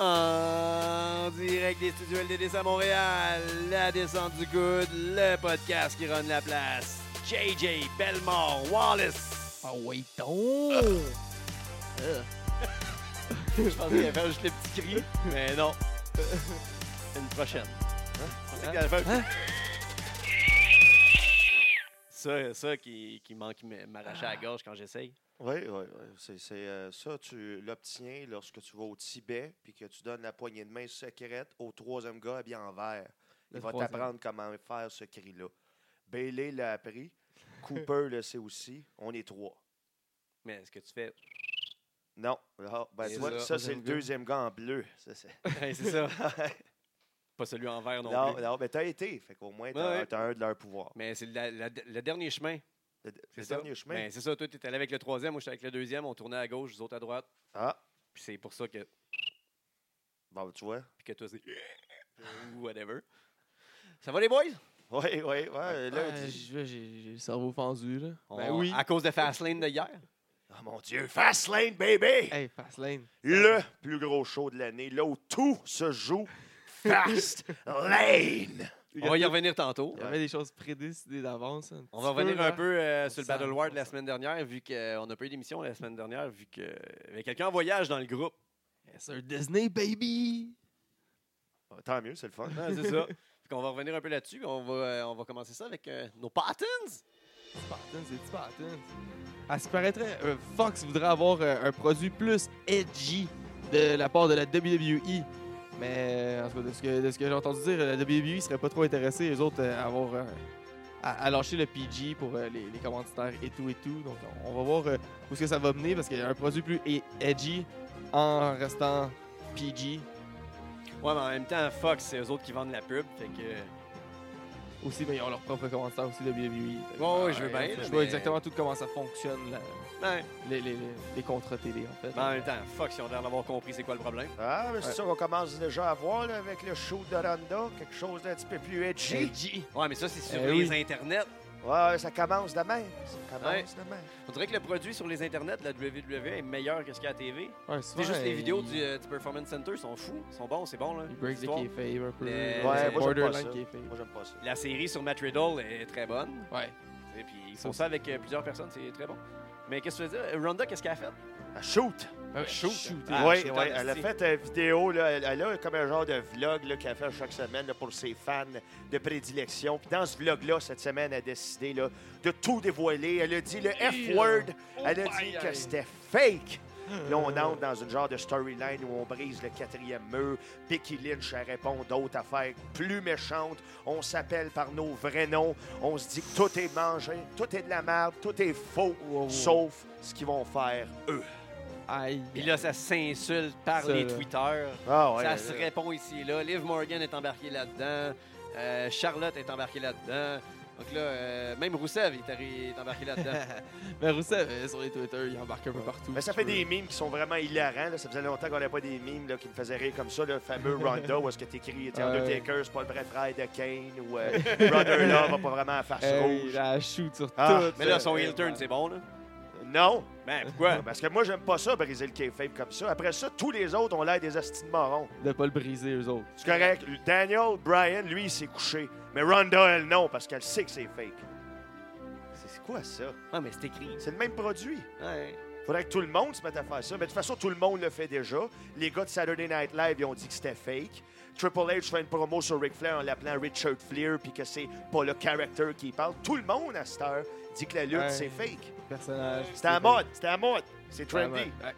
En direct des studios LDDC à Montréal, la descente du coude, le podcast qui rend la place. JJ, Belmore, Wallace. Ah oui, donc! Je pensais qu'il allait faire juste le petit cri, mais non. Une prochaine. Je pensais qu'il allait faire- Hein? Ça, ça qui, qui manque m- m'arracher à la gorge quand j'essaye. Oui, oui, oui. C'est, c'est, euh, ça, tu l'obtiens lorsque tu vas au Tibet puis que tu donnes la poignée de main secrète au troisième gars habillé en vert. Il Le va troisième. t'apprendre comment faire ce cri-là. Bailey l'a appris. Cooper le sait aussi. On est trois. Mais est-ce que tu fais. Non. Ah, ben, C'est tu vois, ça. ça, c'est le Troisième gars. deuxième gars en bleu. Ça, c'est- Ouais, c'est ça. Pas celui en vert non, non, plus. non, mais t'as été. Fait qu'au moins, t'as, Ouais. t'as un de leur pouvoir. Mais c'est la- la- le dernier chemin. Le, le C'est ça. dernier chemin. Ben, c'est ça, toi, tu allé avec le troisième, moi, j'étais avec le deuxième, on tournait à gauche, les autres à droite. Ah, Puis c'est pour ça que, bon, tu vois. puis que toi, c'est. Ou whatever. Ça va, les boys? Oui, oui, oui. Là, Ah, tu- j- là, j'ai j'ai le cerveau fendu, là. On- À cause de Fastlane de hier. Oh mon Dieu, Fastlane, baby! Hey, Fastlane. Le plus gros show de l'année, là où tout se joue. Fastlane! On va y revenir tantôt. Il y avait des choses prédécidées d'avance. hein, On petit va revenir un là. peu euh, sur le Ça, Battle War de la ça. semaine dernière, vu qu'on n'a pas eu d'émission la semaine dernière, vu qu'il y avait quelqu'un en voyage dans le groupe. Yes, sir, Disney, baby! Ah, Tant mieux, c'est le fun. Ah, c'est ça. Fait qu'on va revenir un peu là-dessus. On va, euh, on va commencer ça avec euh, nos patterns. Spartans, c'est du Spartans. À ce qui paraîtrait, euh, Fox voudrait avoir euh, un produit plus edgy de la part de la WWE. Mais euh, en tout cas, de ce que, de ce que j'ai entendu dire, la WWE serait pas trop intéressée, eux autres, euh, à, avoir, euh, à, à lâcher le PG pour euh, les, les commanditaires et tout et tout. Donc on, on va voir euh, où est-ce que ça va mener parce qu'il y a un produit plus e- edgy en restant PG. Ouais, mais en même temps, Fox, c'est eux autres qui vendent la pub. Fait que. euh, Aussi, mais ils ont leur propre commanditaire aussi, WWE. Ouais, ouais, je veux bien, là, Ah, Je mais- vois exactement tout comment ça fonctionne, la- Ben, les, les, les- les contrats télé, en fait. ben, en même temps, Fox, ils ont l'air d'avoir compris c'est quoi le problème. Ah, mais c'est Ouais. ça qu'on commence déjà à voir là, avec le show de Ronda, quelque chose d'un petit peu plus edgy. Edgy. Ouais, mais ça, c'est sur Eh les oui. internets. Ouais, ouais, ça commence de même. Ça commence Ouais. de même. On dirait que le produit sur les internets, la WWE, est meilleur que ce qu'il y a à TV. Ouais, C'est juste les vidéos du, euh, du Performance Center sont fous. sont bons, c'est bon, là. Il break the L'histoire. kayfabe un peu. Les- C'est Ouais, moi, j'aime pas ça. borderline kayfabe. Moi, j'aime pas ça. La série sur Matt Riddle est très bonne. Ouais. Et puis, ils font ça avec euh, plusieurs personnes, c'est très bon. Mais qu'est-ce que tu veux dire? Euh, Ronda, qu'est-ce qu'elle a fait? Ah, shoot! ouais. Shoot. Shooter. Ah, oui, shoot en oui, elle a esti. fait une vidéo, là, elle, elle a comme un genre de vlog là, qu'elle fait chaque semaine là, pour ses fans de prédilection. Puis dans ce vlog-là, cette semaine, elle a décidé là, de tout dévoiler. Elle a dit le F-word, Oh elle a dit que c'était fake. Puis Là, on entre dans une genre de storyline où on brise le quatrième mur. Becky Lynch, elle répond d'autres affaires plus méchantes. On s'appelle par nos vrais noms. On se dit que tout est mangé, tout est de la merde, tout est faux, Oh. wow. sauf ce qu'ils vont faire eux. Aïe. Puis là, ça s'insulte par Ça, les là. tweeters. Ah ouais, ça là, se répond ici et là. Liv Morgan est embarquée là-dedans. Euh, Charlotte est embarquée là-dedans. Donc là, euh, même Rousseff il est, arri- est embarqué là-dedans. Mais Rousseff, euh, sur les Twitter, il embarque un peu partout. Mais Ben, ça si fait tu veux. des mimes qui sont vraiment hilarants. là. Ça faisait longtemps qu'on n'avait pas des mimes là, qui me faisaient rire comme ça. Le fameux Ronda où est-ce que t'écris t'es Ouais. Undertaker, c'est pas le vrai frère de Kane ou euh, Brother Love a pas vraiment la face Hey, rouge. la shoot sur Ah, tout. Mais là, son Euh, heel turn, ouais. c'est bon, là. Non, Ben, pourquoi? parce que moi j'aime pas ça briser le kayfabe comme ça. Après ça, tous les autres ont l'air des hosties de morons. De pas le briser, eux autres. C'est correct. Daniel, Brian, lui, il s'est couché. Mais Ronda, elle non, parce qu'elle sait que c'est fake. C'est c'est quoi ça? Ah, mais c'est écrit. C'est le même produit. Ouais. Faudrait que tout le monde se mette à faire ça. Mais de toute façon, tout le monde le fait déjà. Les gars de Saturday Night Live, ils ont dit que c'était fake. Triple H fait une promo sur Ric Flair en l'appelant Richard Flair, puis que c'est pas le character qui parle. Tout le monde à cette heure dit que la lutte, Ouais. c'est fake. Personnage. C'était à mode, c'était à mode. C'est C'est à trendy. mode, ouais.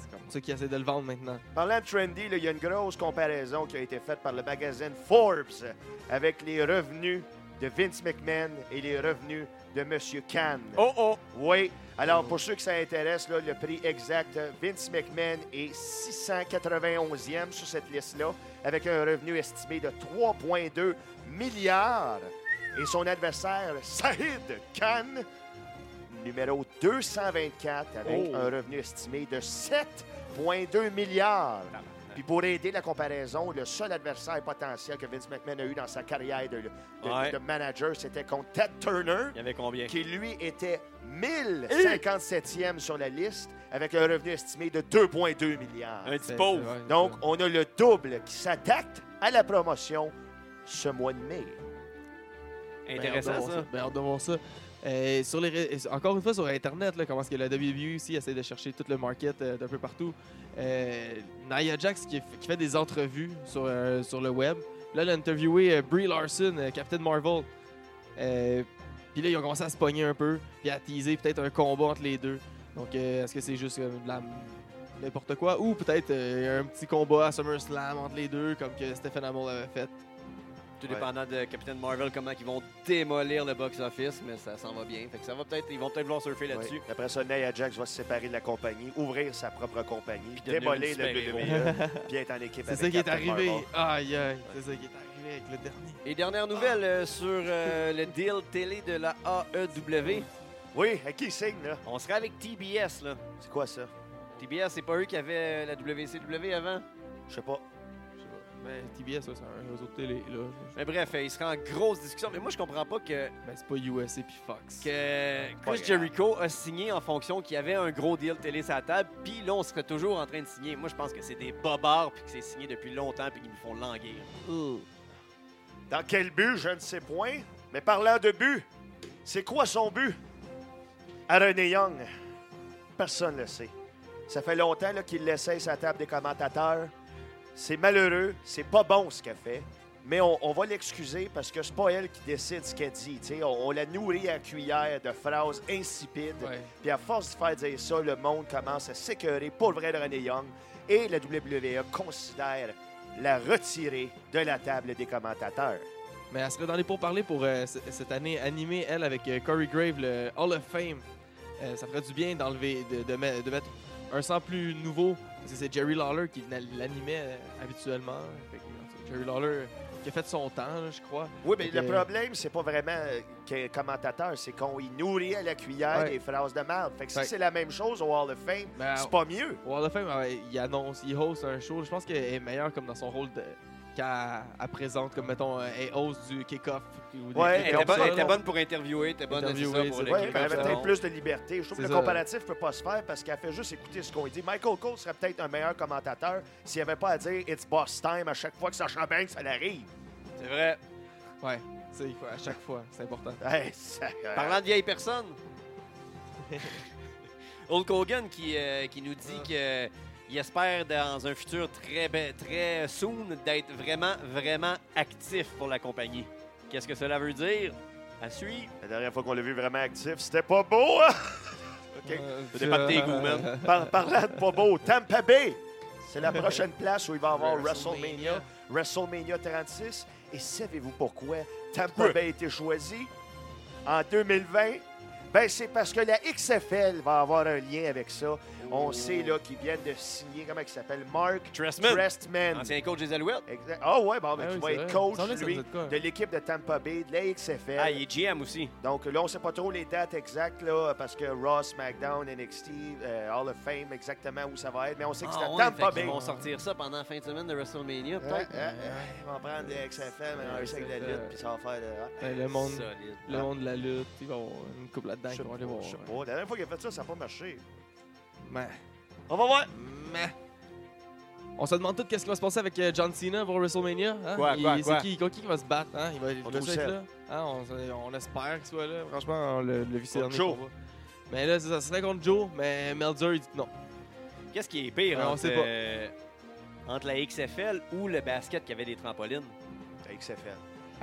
C'est comme ça qu'ils essaient de le vendre maintenant. Parlant de trendy, là, il y a une grosse comparaison qui a été faite par le magazine Forbes avec les revenus de Vince McMahon et les revenus de Monsieur Khan. Oh, oh! Oui. Alors, pour ceux que ça intéresse, là, le prix exact, Vince McMahon est 691e e sur cette liste-là, avec un revenu estimé de 3,2 milliards. Et son adversaire, Sahid Khan, numéro 224, avec Oh. un revenu estimé de 7,2 milliards. Puis pour aider la comparaison, le seul adversaire potentiel que Vince McMahon a eu dans sa carrière de, de- Ouais. de manager, c'était contre Ted Turner Il y avait combien? qui lui était 1057e sur la liste avec un revenu estimé de 2,2 milliards. Un petit Ah, C'est- pauvre. ouais, Donc, on a le double qui s'attaque à la promotion ce mois de mai. Ben, Intéressant, hâte de voir ça. Ben, hâte de voir ça. Euh, sur les, ré- encore une fois, sur Internet, là, comment est-ce que la WWE ici essaie de chercher tout le market euh, d'un peu partout. Euh, Nia Jax qui, f- qui fait des entrevues sur, euh, sur le web. Là, elle a interviewé euh, Brie Larson, euh, Captain Marvel. Euh, Puis là, ils ont commencé à se pogner un peu, puis à teaser peut-être un combat entre les deux. Donc, euh, est-ce que c'est juste euh, de la- n'importe quoi? Ou peut-être euh, un petit combat à SummerSlam entre les deux, comme que Stephen Amell avait fait. Tout Ouais. dépendant de Captain Marvel, comment ils vont démolir le box-office, mais ça s'en va bien. Fait que ça va peut-être, ils vont peut-être vouloir surfer là-dessus. Ouais. Après ça, Nia Jax va se séparer de la compagnie, ouvrir sa propre compagnie, devenir une démolir le super-héros. WWE, E, puis être en équipe C'est avec ça qui est Captain arrivé. Marvel. Aïe, aïe. C'est ça qui est arrivé avec le dernier. Et dernière nouvelle euh, sur euh, le deal télé de la AEW. Oui, à qui il signe, là? On serait avec TBS, là. C'est quoi ça? TBS, c'est pas eux qui avaient euh, la WCW avant? Je sais pas. Ben, TBS, ouais, c'est un réseau de télé, là. Mais bref, euh, il serait en grosse discussion. Mais moi, je comprends pas que, Ben, c'est pas USA puis Fox. que Pas Chris grave. Jericho a signé en fonction qu'il y avait un gros deal télé sur la table, puis là, on serait toujours en train de signer. Moi, je pense que c'est des bobards, puis que c'est signé depuis longtemps, puis qu'ils nous font languir. Dans quel but, je ne sais point. Mais parlant de but, c'est quoi son but? À René Young, personne ne le sait. Ça fait longtemps là, qu'il l'essaie sa table des commentateurs. C'est malheureux, c'est pas bon ce qu'elle fait. Mais on, on va l'excuser parce que c'est pas elle qui décide ce qu'elle dit. tu sais. On, on la nourrit à cuillère de phrases insipides. Ouais. Puis à force de faire dire ça, le monde commence à s'écœurer pour le vrai de René Young. Et la WWE considère la retirer de la table des commentateurs. Mais Ben, elle serait dans les pourparlers pour euh, c- cette année animée, elle, avec euh, Corey Grave, le Hall of Fame. Euh, ça ferait du bien d'enlever, de, de, me- de mettre un sang plus nouveau. Parce que c'est Jerry Lawler qui n'a- l'animait euh, habituellement. Fait que, en tout cas, Jerry Lawler euh, qui a fait son temps, là, je crois. Oui, mais Fait le que- problème, c'est pas vraiment euh, qu'un commentateur, c'est qu'on y nourrit à la cuillère Ouais. des phrases de merde. Fait que si Ouais. c'est la même chose au Hall of Fame, Ben, c'est pas mieux. Wall of Fame, euh, il annonce, il host un show. Je pense qu'elle est meilleure comme dans son rôle de qu'elle elle présente, comme mettons, euh, elle host du kick-off. ou des Ouais, Elle trucs on était, comme bonne, ça, elle était là. bonne pour interviewer, elle était bonne c'est ça, Interviewer, pour c'est- le Oui, kick-off, mais elle avait ça. peut-être plus de liberté. Je trouve que C'est le ça. comparatif peut pas se faire parce qu'elle fait juste écouter ce qu'on dit. Michael Cole serait peut-être un meilleur commentateur s'il n'y avait pas à dire « It's boss time » à chaque fois que Sacha Banks, ça arrive. C'est vrai. Euh. Ouais, tu sais, il faut à chaque fois, c'est important. Hey, ça- euh, Parlant de vieilles personnes, Hulk Hogan qui, euh, qui nous Ah. dit que il espère dans un futur très be- très soon d'être vraiment vraiment actif pour la compagnie. Qu'est-ce que cela veut dire À suivre. La dernière fois qu'on l'a vu vraiment actif, c'était pas beau. hein? OK. Euh, Ça dépend de tes euh, goûts, man. Par- parlant de pas beau, Tampa Bay, c'est la prochaine place où il va y avoir WrestleMania. WrestleMania. WrestleMania 36. Et savez-vous pourquoi Tampa Bay a été choisi en 2020? Ben, c'est parce que la XFL va avoir un lien avec ça. On sait là qu'ils viennent de signer, comment il s'appelle, Mark Tressman, Trestman. ancien coach des Alouettes. Exact. Ah ouais, bon, ben, Ah oui, tu vas c'est être vrai. coach, Ça me semblait que ça me lui, disait de quoi. de l'équipe de Tampa Bay, de la XFL. Ah, il est GM aussi. Donc là, on sait pas trop les dates exactes, là, parce que Raw, SmackDown, NXT, euh, Hall of Fame, exactement où ça va être, mais on sait que c'est Ah à ouais, Tampa fait qu'ils Bay. vont sortir ça pendant la fin de semaine de WrestleMania Ouais, ouais, peut-être. ouais, Ils vont prendre des XFM, Ouais, un sac de la c'est, euh, lutte, puis ça va faire. euh, Ben, le, monde, Solide. le monde de la lutte, il va y avoir une couple là-dedans je sais qui vont aller pas, voir. je sais pas. La dernière fois qu'il a fait ça, ça n'a pas marché. Mais, On va voir. mais. On se demande tout qu'est-ce qui va se passer avec euh, John Cena pour WrestleMania. Hein? Quoi, Il- quoi, c'est quoi? qui, contre qui qui va se battre? Hein? Il va, il On va nous ça être sait. là? Hein, On, on espère qu'il soit là. Franchement, on le, le vu ces Contre derniers Joe. combats. Mais là, c'est ça serait contre Joe, mais Melzer, il dit que non. Qu'est-ce qui est pire Ouais, Ah, on entre, sait pas. euh, entre la XFL ou le basket qui avait des trampolines La XFL.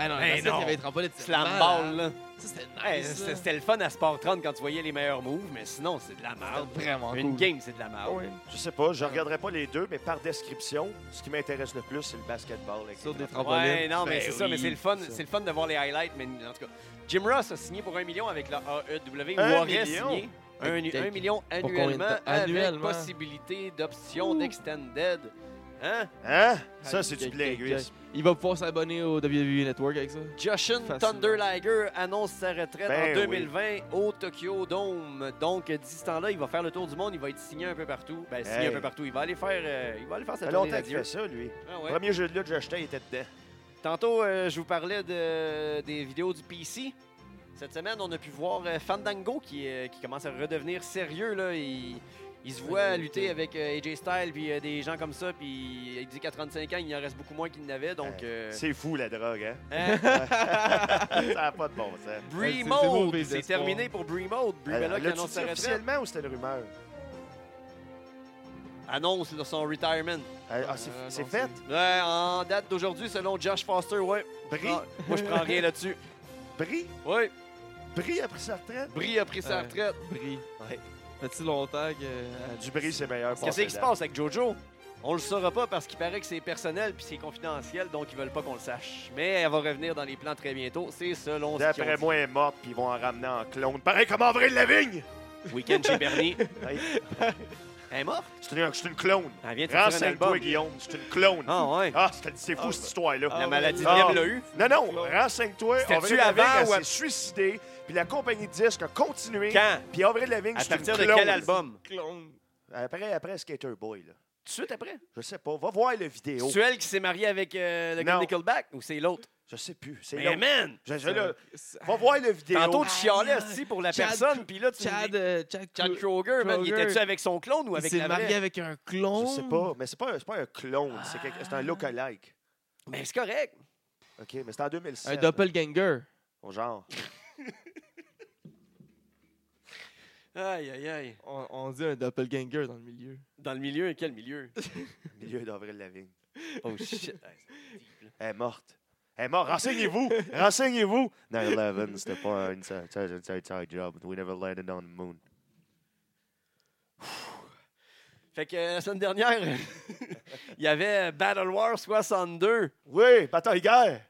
Ah non, Eh la non. il avait trampoline. c'était Slam malade. ball là. Ça, c'était Hey, nice. c'était là. c'était le fun à Sport 30 quand tu voyais les meilleurs moves, mais sinon, c'est de la merde. C'était vraiment Une cool. Ah game, c'est de la merde. Ouais. Je sais pas, je regarderai pas les deux, mais par description, ce qui m'intéresse le plus, c'est le basketball. avec Sur les des trampolines. trampolines. Ouais, non, mais Ben c'est ça, mais oui, c'est le fun, ça. c'est le fun de voir les highlights, mais en tout cas, Jim Ross a signé pour un million avec la AEW, ou Un aurait million? Ben, signé un, Peut-être. un million combien de temps? annuellement, avec Annuellement. possibilité d'option d'extended. Hein? Hein? Ah, Ça, c'est du ok, plagiarisme. ok. Il va pouvoir s'abonner au WWE Network avec ça. Joshin Facilement. Thunder Liger annonce sa retraite Ben en oui. 2020 au Tokyo Dome. Donc, d'ici ce temps-là, il va faire le tour du monde, il va être signé un peu partout. Ben, signé Hey. un peu partout. Il va aller faire, euh, il va aller faire Ça sa fait tournée longtemps qu'il d'adieu. fait ça, lui. Ah ouais. Premier jeu de lutte que j'achetais, il était dedans. Tantôt, euh, je vous parlais de, des vidéos du PC. Cette semaine, on a pu voir euh, Fandango qui, euh, qui commence à redevenir sérieux. Là. Il, Il se voit lutter avec euh, AJ Styles puis euh, des gens comme ça, puis il dit qu'à 35 ans, il en reste beaucoup moins qu'il n'avait, donc... euh, C'est fou, la drogue, hein? hein? ça n'a pas de bon sens. Ouais, c'est- Bree c'est Mode, mauvais c'est espoir. terminé pour Bree Mode. Bree Bella Alors, qui Euh, L'as-tu annonce sa dit retraite. officiellement ou c'était une rumeur? Annonce là, son retirement. Euh, ah, c'est Euh, non, c'est- c'est fait? Ouais, en date d'aujourd'hui, selon Josh Foster, ouais. Brie? Ah, moi, je prends rien là-dessus. Brie? Ouais, Brie après sa retraite? Bree a pris sa Ouais. retraite. Brie. Ouais. Fait-il longtemps que. euh, Du Brie, Euh, c'est meilleur. Qu'est-ce passez qui se là. passe avec Jojo? On le saura pas parce qu'il paraît que c'est personnel puis c'est confidentiel, donc ils veulent pas qu'on le sache. Mais elle va revenir dans les plans très bientôt. C'est selon ce qu'ils D'après ont moi, elle est morte, puis ils vont en ramener en clone. Pareil comme Avril Lavigne! dit. Week-end chez Bernie. Hey, Elle est morte? C'est une, c'est une clone. Elle vient de sortir un album. Renseigne-toi, Guillaume, c'est une clone. Ah ben. ouais. Ah, c'est c'est fou, cette histoire-là. Ah, La maladie de Ah. Liam l'a eu. Non, non, Clone. renseigne-toi. C'était-tu Avril Lavigne, avant elle ou s'est ap- suicidée, puis la compagnie de disques a continué. Quand? Puis Avril Lavigne, À c'est une partir de clone. quel album? Tout Clone. Après, après Skater Boy, là. de suite après? Je sais pas. Va voir le vidéo. C'est elle qui s'est mariée avec euh, le gars de Non. Nickelback ou c'est l'autre? Je sais plus. C'est Mais long. man! Je- je- là, C'est- Va voir le vidéo. Tantôt, tu chialais aussi pour la Chad- personne, puis là, tu Chad. euh, Chad, Chad Kroeger, Kroger, man, il Kroeger. était-tu avec son clone ou il avec s'est la marié vraie? avec un clone. Je sais pas, mais c'est pas, c'est pas un clone, c'est quelque- c'est un look-alike. Mais c'est correct. OK, mais c'est en 2007. Un doppelganger. Au genre. Aïe, aïe, aïe. On, on dit un doppelganger dans le milieu. Dans le milieu, quel milieu? Milieu d'avril Lavigne. Oh shit. Elle est morte. Elle est morte. Renseignez-vous. Renseignez-vous. 9-11, c'était pas un inside, inside, inside, inside job. We never landed on the moon. fait que euh, la semaine dernière, il y avait euh, Battle War 62. Oui, bataille guerre.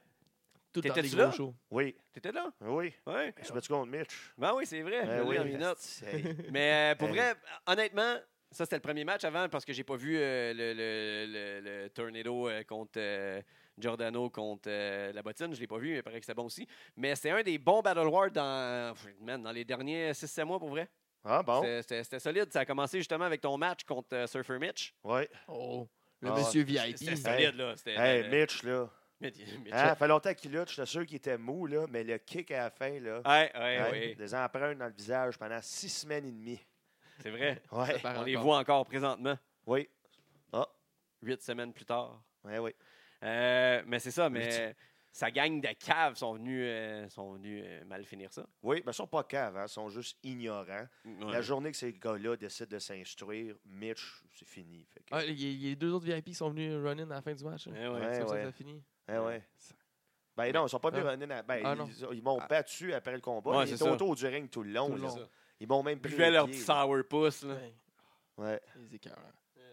Tout le temps des T'étais-tu gros là? shows. Oui, T'étais là? oui. Ouais. Je suis battu contre Mitch. Ben oui, c'est vrai. Eh je l'ai oui, dans mes notes. hey. Mais euh, pour Eh vrai, honnêtement, ça c'était le premier match avant parce que j'ai pas vu euh, le, le- le- le Tornado euh, contre euh, Giordano contre euh, la bottine. Je l'ai pas vu, mais il paraît que c'était bon aussi. Mais c'était un des bons Battle War dans, pff, man, dans les derniers 6-7 mois pour vrai. Ah bon? C'était- C'était c'était solide. Ça a commencé justement avec ton match contre euh, Surfer Mitch. Oui. Oh, le Ah, monsieur VIP. C'était solide, là. C'était- Hey, euh, Mitch, là. Mitch- Mitch- Hein, fait longtemps qu'il lutte. J'étais sûr qu'il était mou, là, mais le kick à la fin, là. Ouais, Ah, ouais, hein, ouais. Des empreintes dans le visage pendant six semaines et demie. C'est vrai. Ouais. Par On les encore. voit encore présentement, Oui. huit semaines plus tard. Oui, oui. Euh, mais c'est ça, Mais tu- mais sa gang de caves sont venus, euh, sont venus euh, mal finir ça. Oui, mais ils sont pas caves, hein, ils sont juste ignorants. Ouais. La journée que ces gars-là décident de s'instruire, Mitch, c'est fini. Fait que- Ah, il y a- il y a les deux autres VIP qui sont venus run-in à la fin du match. hein. Eh ouais. Ouais. C'est comme ça que ça finit. Hein, ouais. Ben non, ils sont pas venus Ah. runner dans- ben, Ah, non. ils, ils m'ont Ah. battu après le combat. Ouais, mais c'est ils étaient ça. autour du ring tout le long. Tout le là. long. Ils m'ont même pris. Buvaient le leur pied, petit là. sourpuss. Là. Eh Ouais, Ouais, les écœurants.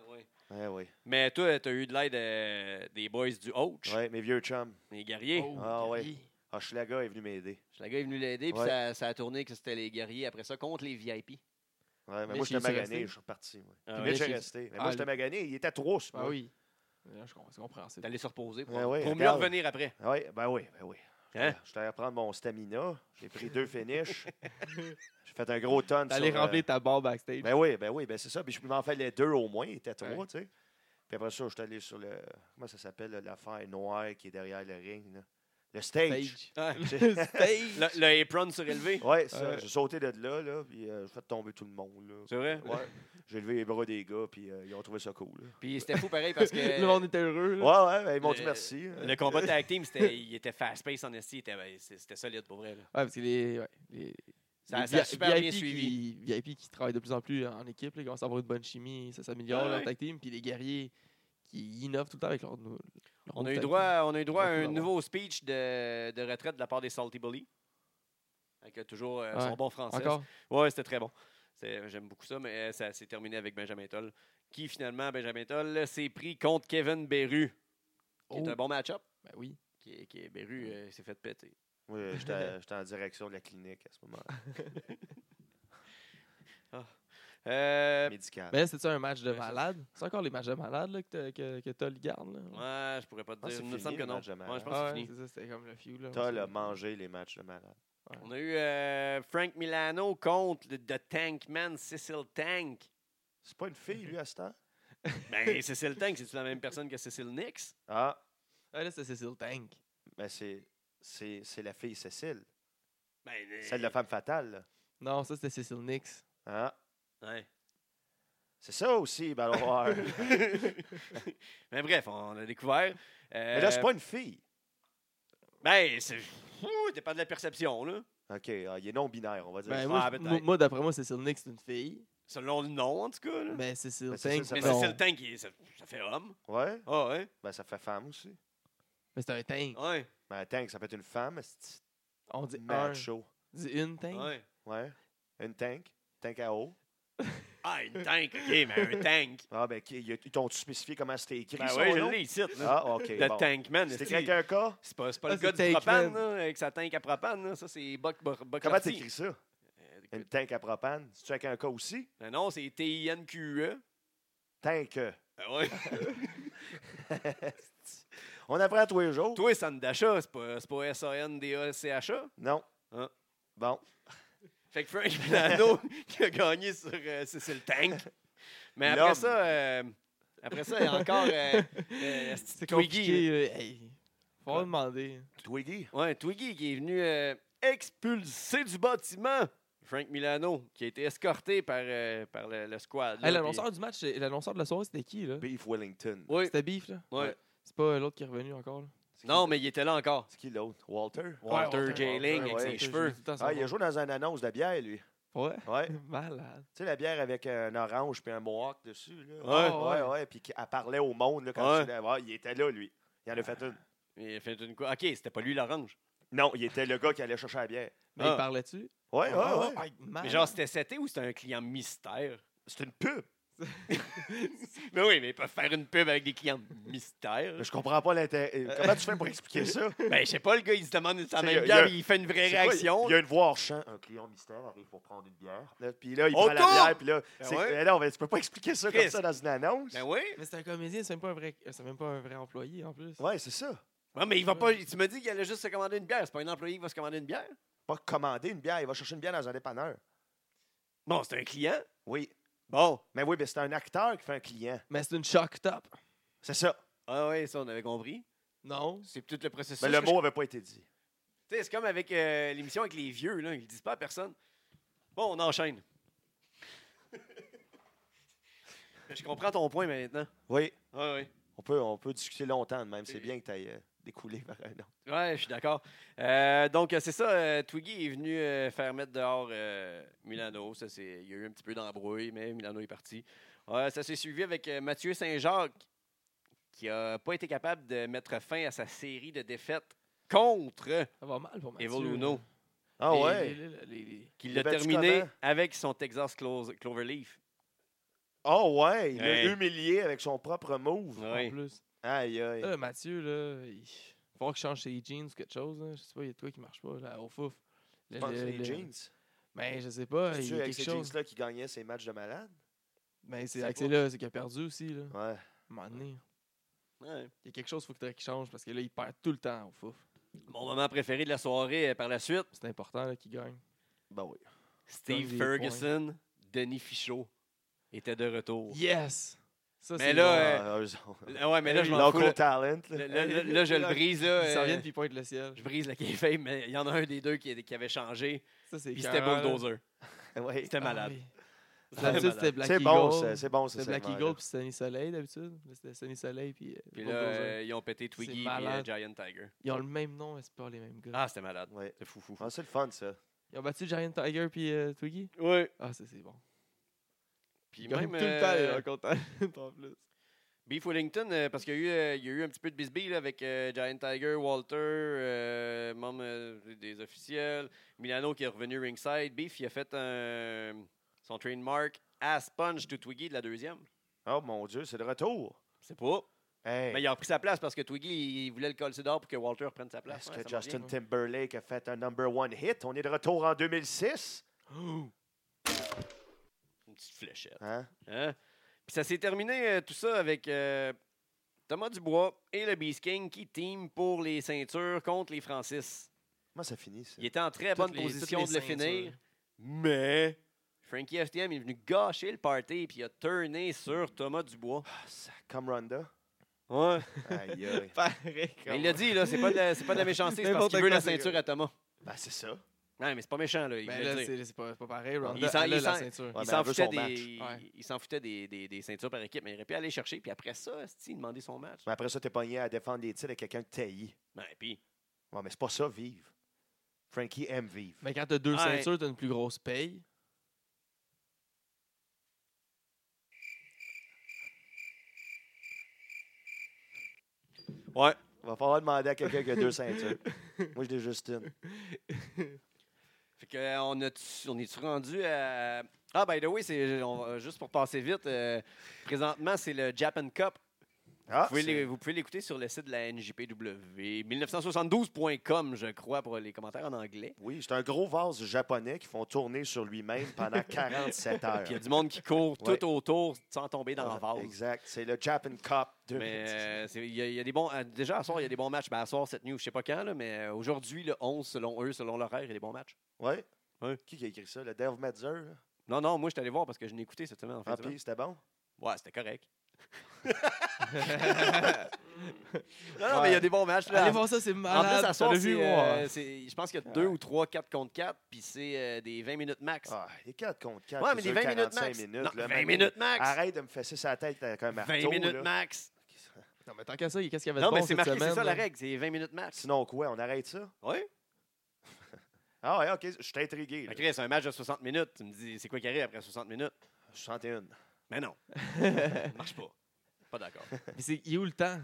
Ouais. ouais, ouais. Mais toi, t'as eu de l'aide euh, des boys du Hoach, Ouais, mes vieux chums. les guerriers. Oh, Ah, ouais. Gary. Hochelaga est venu m'aider. Le gars est venu l'aider, puis Ouais. ça, ça a tourné que c'était les guerriers après ça contre les VIP. Ouais, Mitch, il mais moi, j'étais est resté? magané, je suis reparti. Ouais. Ah Puis ouais. Mitch Mitch, est il- resté. Mais Ah, moi, j'étais lui- magané, il était trop sur Ah moi. oui. Là, je comprends- C'est compréhensible. T'allais se reposer pour, Ouais, Eh ouais, pour mieux regarde. revenir après. Ah ouais, ben oui, ben oui. Hein? Je suis allé prendre mon stamina. J'ai pris deux finishes. J'ai fait un gros tonne. T'allais sur, euh, remplir ta barre backstage. Ben oui, ben oui, ben c'est ça. Puis je m'en fallait deux au moins, il était trois, Ouais. tu sais. Puis après ça, je suis allé sur le. Comment ça s'appelle, là, l'affaire noire qui est derrière le ring, là? Le stage. Stage. Ouais. Le stage. Le, le apron surélevé. Ouais, ça. Ouais. J'ai sauté de là, là, puis euh, j'ai fait tomber tout le monde, là. C'est vrai? Ouais. J'ai levé les bras des gars, puis euh, ils ont trouvé ça cool. là. Puis c'était fou pareil parce que Le monde était heureux. là. Ouais, ouais, ben, ils m'ont dit Le- merci. hein. le combat Euh, de tag team, c'était, il était fast-paced en esti. il était- C'était solide pour vrai. là. Ouais, parce que les, ouais, les, Ça- les ça a vi- super bien VIP suivi. Qui, VIP qui travaillent de plus en plus en équipe, là, ils commencent à avoir une bonne chimie, ça s'améliore Ouais, leur ouais. tag team, puis les guerriers qui innovent tout le temps avec leur, nou- leur On a, nouveau eu tag droit, team. on a eu droit à Beaucoup un d'avoir. nouveau speech de, de retraite de la part des Salty Bully. Avec euh, toujours euh, son Ouais. bon français. Encore. Ouais, c'était très bon. C'est- J'aime beaucoup ça, mais euh, ça s'est terminé avec Benjamin Toll, qui finalement, Benjamin Toll, s'est pris contre Kevin Beru, qui Oh, est un bon match-up. ben oui. Qui, est- qui est Beru euh, s'est fait péter. Moi, euh, j'étais j'étais en direction de la clinique à ce moment-là, Euh, médicale. Mais là, c'est-tu Ben, un match de Ouais, ça- malade? C'est encore les matchs de malade là, que, t'as- que, que Toll garde? Là? ouais, je pourrais pas te pense dire. que Il c'est me semble fini, que le non. match de Ouais, je pense malade. que Ah c'est ouais, fini. c'est ça, c'était comme le feud. Là, T'as le Ouais. mangé les matchs de malade. On a eu euh, Frank Milano contre le- The Tankman, Cecil Tank. C'est pas une fille, lui, à ce temps? Ben, Cecil Tank, c'est-tu la même personne que Cecil Nix? Ah, Ah, là, c'est Cécile Tank. ben c'est. C'est c'est la fille Cécile, Ben, euh, celle de la femme fatale. là. Non, ça, c'était Cécile Nix. Ah, Ouais. C'est ça aussi, Battle War. Mais Ben, bref, on l'a découvert. Euh, Mais là, c'est pas une fille. Ben, c'est. Ouh, dépend de la perception, là. OK, ah, il est non-binaire, on va dire. Ben, Ah, moi, peut-être. moi- moi, d'après moi, Cécile Nick, c'est une fille. Selon le nom, en tout cas. Là. Mais Cécile Ben, Cécile, Tank, ça Mais fait- non. c'est le temps qui est. Ça, ça fait homme. Ouais, Ah, ouais. ben ça fait femme aussi. Mais c'est un tank. Ouais. Mais attends, que ça peut être une femme, c'est Oh, On dit un. macho. Dis une tank. ouais. Ouais, une tank, tank à eau. Ah, une tank, ok, mais un tank. Ah, ben, qui- y a- ils t'ont-tu spécifié comment c'était écrit, Ben son oui, je nom? l'ai ici. là. Ah, OK, Le bon. tankman, C'était c'est quelqu'un cas? c'est pas, c'est pas Ah, le gars c'est du propane, Tankman. là, avec sa tank à propane. Là. Ça, c'est Buck Buck Buck Comment Lofty. t'écris ça? Euh, Une écoute, tank à propane? C'est-tu avec un cas aussi? ben non, c'est T-I-N-Q-E. Tank. E. euh, Ben ouais. On apprend tous les jours. Toi, Sandasha, c'est pas, c'est pas S-A-N-D-A-C-H-A. Non. Hein? Bon. Fait que Frank Milano qui a gagné sur euh, Cécile Tank. Mais L'homme. après ça, euh, après ça, il y a encore euh, euh, Twiggy. C'est compliqué. euh, hey. Faut Quoi? demander. Twiggy. Ouais, Twiggy qui est venu euh, expulser du bâtiment Frank Milano, qui a été escorté par, euh, par le, le squad. là, Hey, l'annonceur du match, euh, l'annonceur de la soirée, c'était qui, là? Beef Wellington. puis- Oui, C'était Beef, là? ouais. C'est pas euh, l'autre qui est revenu encore, là? C'est qui- Non, mais il était là encore. C'est qui l'autre? Walter? Walter, Walter, J. Ling Walter, avec ouais. ses cheveux. Ah, il a joué dans une annonce de bière, lui. Ouais. Ouais. tu Malade. sais, la bière avec un orange puis un mohawk dessus. Là. Ouais. ouais, ouais. Puis qui- elle parlait au monde là, quand Ouais. tu l'as- ouais, Il était là, lui. Il en a fait une. Il a fait une quoi? Ok, c'était pas lui l'orange. Non, il était le gars qui allait chercher la bière. Mais Ah. il parlait-tu? Ah, Ouais, ouais, ouais. Ah, Mais genre, c'était seté ou c'était un client mystère? C'est une pub. Mais oui, mais ils peuvent faire une pub avec des clients mystères. Mais je comprends pas l'intérêt. Euh, Comment tu fais pour expliquer ça? Ben, je sais pas, le gars, il se demande sa C'est- y a- même bière, y il fait une vraie C'est quoi, réaction. Il y a une voix hors champ. Un client mystère arrive pour prendre une bière. Là, Puis là, il On prend la tourne! bière. Puis là, Ben c'est- ouais. Mais non, mais tu peux pas expliquer ça comme Chris. ça dans une annonce. Ben oui. Mais c'est un comédien, c'est même pas un vrai, c'est même pas un vrai employé en plus. Ouais, c'est ça. Ouais, mais il va pas. Tu me dis qu'il allait juste se commander une bière. C'est pas un employé qui va se commander une bière? Pas commander une bière. Il va chercher une bière dans un dépanneur. Non, c'est un client. Oui. Bon. Mais oui, mais c'est un acteur qui fait un client. Mais c'est une shock top. C'est ça. Ah oui, ça, on avait compris. Non. C'est tout le processus. Mais Ben, le que je- mot n'avait pas été dit. Tu sais, c'est comme avec euh, l'émission avec les vieux, là. Ils le disent pas à personne. Bon, on enchaîne. Ben, je comprends ton point maintenant. Oui. Ouais, ouais. On peut, on peut discuter longtemps de même. C'est bien que tu ailles découler vers un autre. Ouais, je suis d'accord. Euh, donc, euh, c'est ça. euh, Twiggy est venu euh, faire mettre dehors euh, Milano. Ça, c'est, il y a eu un petit peu d'embrouille, mais Milano est parti. Euh, ça s'est suivi avec euh, Mathieu Saint-Jacques, qui n'a pas été capable de mettre fin à sa série de défaites contre Ça va mal pour Mathieu. Evil Uno, Ah Les- ouais. les- les- les- les- qui Il l'a a battu terminé comment? avec son Texas Clo- Cloverleaf. Ah ouais. Il l'a Hey. humilié avec son propre move. Ouais. En plus. Aïe, aïe. Là, Euh, Mathieu, là, il va falloir qu'il change ses jeans ou quelque chose. Là. Je sais pas, il y a toi qui marche pas là, au fouf. tu Le- penses le- que c'est les le- jeans? Ben, je sais pas. Il C'est-tu y a avec quelque ces chose. jeans-là qui gagnait ses matchs de malade? Ben, c'est C'est avec pas- là c'est qu'il a perdu aussi. Là. À un Ouais. moment donné, Ouais. Il y a quelque chose faut qu'il qu'il change parce que là, il perd tout le temps au fouf. Mon moment préféré de la soirée euh, par la suite, C'est important là, qu'il gagne. Ben oui. Steve des Ferguson, Denis Fichot, était de retour. Yes! Ça, Mais c'est là, bon. euh, Ah, heureusement. Ouais, mais là, je m'en fous. Local là. talent. là. Là, là, là, là, je le brise. Là, Ils s'en euh, viennent puis ils pointent le ciel. je brise le kayfabe, mais il y en a un des deux qui, qui avait changé. Ça, c'est Puis c'était écœurant, là. Bulldozer. Ouais. C'était malade. Ah, oui. D'habitude, malade. c'était Black C'est Eagle. bon, ça, c'est bon, ça. C'était Black segment-là. Eagle puis Sunny Soleil d'habitude. Là, C'était Sunny Soleil puis, euh, Puis là, Bulldozer. euh, ils ont pété Twiggy et malade. Giant Tiger. Ils ont le même nom, mais c'est pas les mêmes gars. Ah, c'était malade. Ouais. C'est fou, fou. Ah, c'est le fun, ça. Ils ont battu Giant Tiger puis euh, Twiggy. Ouais. Ah, ça c'est bon. Puis Ils gagnent même. tout euh, le temps, ils sont contents, en plus. Beef Wellington, euh, parce qu'il y, a eu, euh, il y a eu un petit peu de bisbille là, avec euh, Giant Tiger, Walter, euh, membre euh, des officiels, Milano qui est revenu ringside. Beef, il a fait un- son trademark à Sponge to Twiggy de la deuxième. Oh mon Dieu, c'est le retour. C'est pas. Hey, Mais il a pris sa place parce que Twiggy, il voulait le coller d'or pour que Walter prenne sa place. Est-ce Ouais, que ça marche Justin bien. Timberlake a fait un number one hit? On est de retour en 2006. Une petite fléchette. Hein? Hein? Puis ça s'est terminé euh, tout ça avec euh, Thomas Dubois et le Beast King qui team pour les ceintures contre les Francis. Comment ça finit, ça? Il était en très bonne Toutes les- position toutes de les le finir, ceintures. mais Frankie FTM est venu gâcher le party puis il a turné sur Thomas Dubois. Ah, ça- Comme Ronda. Ouais. Aïe, Ah aïe. Pareil. il l'a dit, là, c'est pas, de la- c'est pas de la méchanceté, c'est parce N'importe qu'il veut quoi, la c'est ceinture gars. à Thomas. Ben, c'est ça. Non, mais c'est pas méchant, là. Il Mais veut Ben là, dire. c'est c'est pas, c'est pas pareil. Il Ronda, s'en- elle a il la s'en- ceinture. Ouais, il mais s'en elle veut foutait, son des, match. Ouais. il s'en foutait des, des- des ceintures par équipe, mais il aurait pu aller chercher, puis après ça, esti, il demandait son match. Mais après ça, t'es pogné à défendre les titres avec quelqu'un que t'haïs. Ben, puis, Ouais, mais c'est pas ça, vivre. Frankie aime vivre. Mais quand t'as deux Ouais. ceintures, t'as une plus grosse paye. ouais. Il va falloir demander à quelqu'un qui a deux ceintures. Moi, j'ai juste une. Fait que, euh, on, a-tu- on est-tu rendu à. Ah, by the way, c'est, on va- juste pour passer vite, euh, présentement, c'est le Japan Cup. Ah, Vous pouvez, c'est- l'é- vous pouvez l'écouter sur le site de la NJPW, 1972.com, je crois, pour les commentaires en anglais. Oui, c'est un gros vase japonais qui font tourner sur lui-même pendant 47 heures. Puis il y a du monde qui court Ah, Ouais. tout autour sans tomber dans le Ah, vase. Exact. C'est le Japan Cup Mais 2019. euh, c'est- il y, a- il y a des bons. euh, déjà, à soir, il y a des bons matchs. Ben, à soir, cette nuit ou je sais pas quand, là, mais euh, aujourd'hui, le 11, selon eux, selon l'horaire, il y a des bons matchs. Ouais. Ouais. Qui qui a écrit ça? Le Dave Metzer? là? Non, non, moi, je suis allé voir parce que je l'ai écouté cette semaine. En fin Ah, de semaine. puis c'était bon? Ouais, c'était correct. Non, non, mais il y a des bons matchs. Là, Allez voir ça, c'est en malade. plus, à t'as soir, le c'est, vu, euh, moi. c'est- je pense qu'il y a deux ou trois 4 contre 4, puis c'est euh, des 20 minutes max. Ah, les 4 contre 4. ouais, mais des 20 minutes max. Non, 20 minutes max. Arrête de me fesser sa tête avec un marteau. 20 minutes là. max. Non, mais tant qu'à ça, qu'est-ce qu'il y avait Non, de bon mais c'est cette marqué, semaine? c'est ça la là? règle, c'est 20 minutes max. Sinon, quoi? On arrête ça? Oui? Ah, ouais, OK. Je suis intrigué. là. Chris, c'est un match de 60 minutes. Tu me dis, c'est quoi qui arrive après 60 minutes? Je sentais une. Mais non. Marche pas. Pas d'accord. Mais c'est il est où le temps?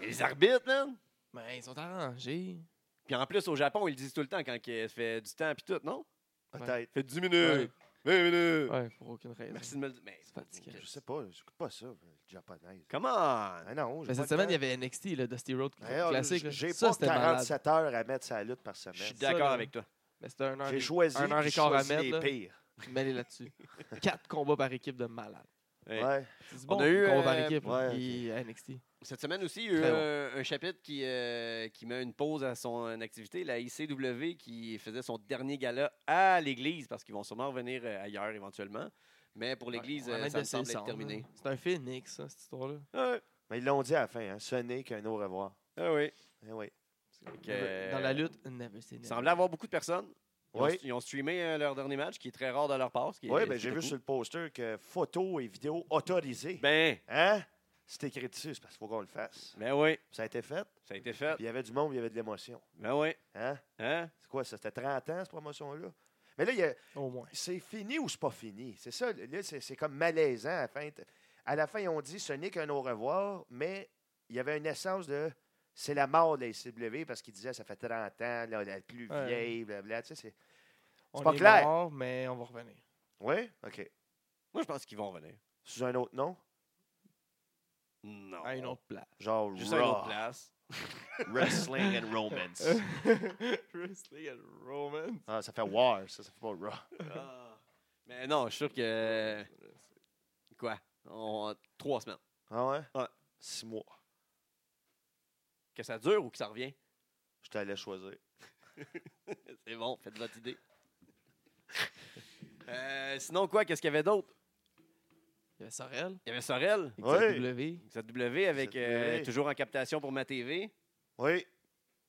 Et les arbitres, man. Ben, ils sont arrangés. Puis en plus, au Japon, ils le disent tout le temps quand il fait du temps, puis tout, non? Peut-être. Fait 10 minutes, 20 minutes. Ouais, pour aucune raison. Merci de me le dire. Mais C'est fatiguant. Je sais pas. Je pas ça, le japonais. Come on! Ah non, j'ai Mais pas Ben, cette le semaine, il y temps. avait NXT, le Dusty Road Hey, oh, classique. là. J'ai ça, pas c'était malade. 47 heures à mettre sa lutte par Je suis semaine. ça, d'accord là. avec toi. Mais Ben, c'était un heure, J'ai et- choisi, un heure j'ai et quart à choisi mettre. les là. pires. Mêlé là-dessus. Quatre combats par équipe de malade. Ouais. Ouais. C'est du On bon, a eu, combats par euh, équipe. ouais, puis NXT. Cette semaine aussi, il y a eu Très bon. un, un chapitre qui, euh, qui met une pause à son activité. La ICW qui faisait son dernier gala à l'église parce qu'ils vont sûrement revenir euh, ailleurs éventuellement. Mais pour l'église, On euh, arrête ça de me semble s'essendre, être terminé. là. C'est un phénix, ça, cette histoire-là. Ah Mais ils l'ont dit à la fin. Hein. Ce n'est qu'un au revoir. oui. Eh oui. que- Dans la lutte, never say Il never. semblait avoir beaucoup de personnes. Ils, ont, Oui. ils ont streamé euh, leur dernier match, qui est très rare de leur part. ce qui est- Oui, ben, c'est j'ai vu cool. sur le poster que photos et vidéos autorisées. Ben, Hein? C'est écrit dessus, c'est parce qu'il faut qu'on le fasse. ben oui, Ça a été Euh. fait. ça a été fait. Puis il y avait du monde, il y avait de l'émotion. Ben oui. Hein? Hein? C'est quoi ça? C'était 30 ans, cette promotion-là? Mais là, il y a- Au moins. c'est fini ou c'est pas fini? C'est ça. Là, c'est c'est comme malaisant à la fin. À la fin, ils ont dit ce n'est qu'un au revoir, mais il y avait une essence de c'est la mort de la SCW parce qu'ils disaient ça fait 30 ans, là, la plus Ouais. vieille, blablabla. Tu sais, c'est. On pas est clair. mort, mais on va revenir. Oui? OK. Moi, je pense qu'ils vont revenir. Sous un autre nom? Non. À une autre place. Genre Juste à une autre Raw, place. Wrestling and Romance. Wrestling and Roman. Ah, ça fait War, ça, ça fait pas Raw. Ah. Mais non, je suis sûr Euh, que. Quoi? On- Trois semaines. Ah ouais? Ouais. Six mois. Que ça dure ou que ça revient? Je t'allais choisir. C'est bon, faites votre idée. Euh, sinon, quoi? Qu'est-ce qu'il y avait d'autre? Il y avait Sorel, Il y avait Sorel, XW. XW, avec euh, XW. toujours en captation pour ma TV. Oui,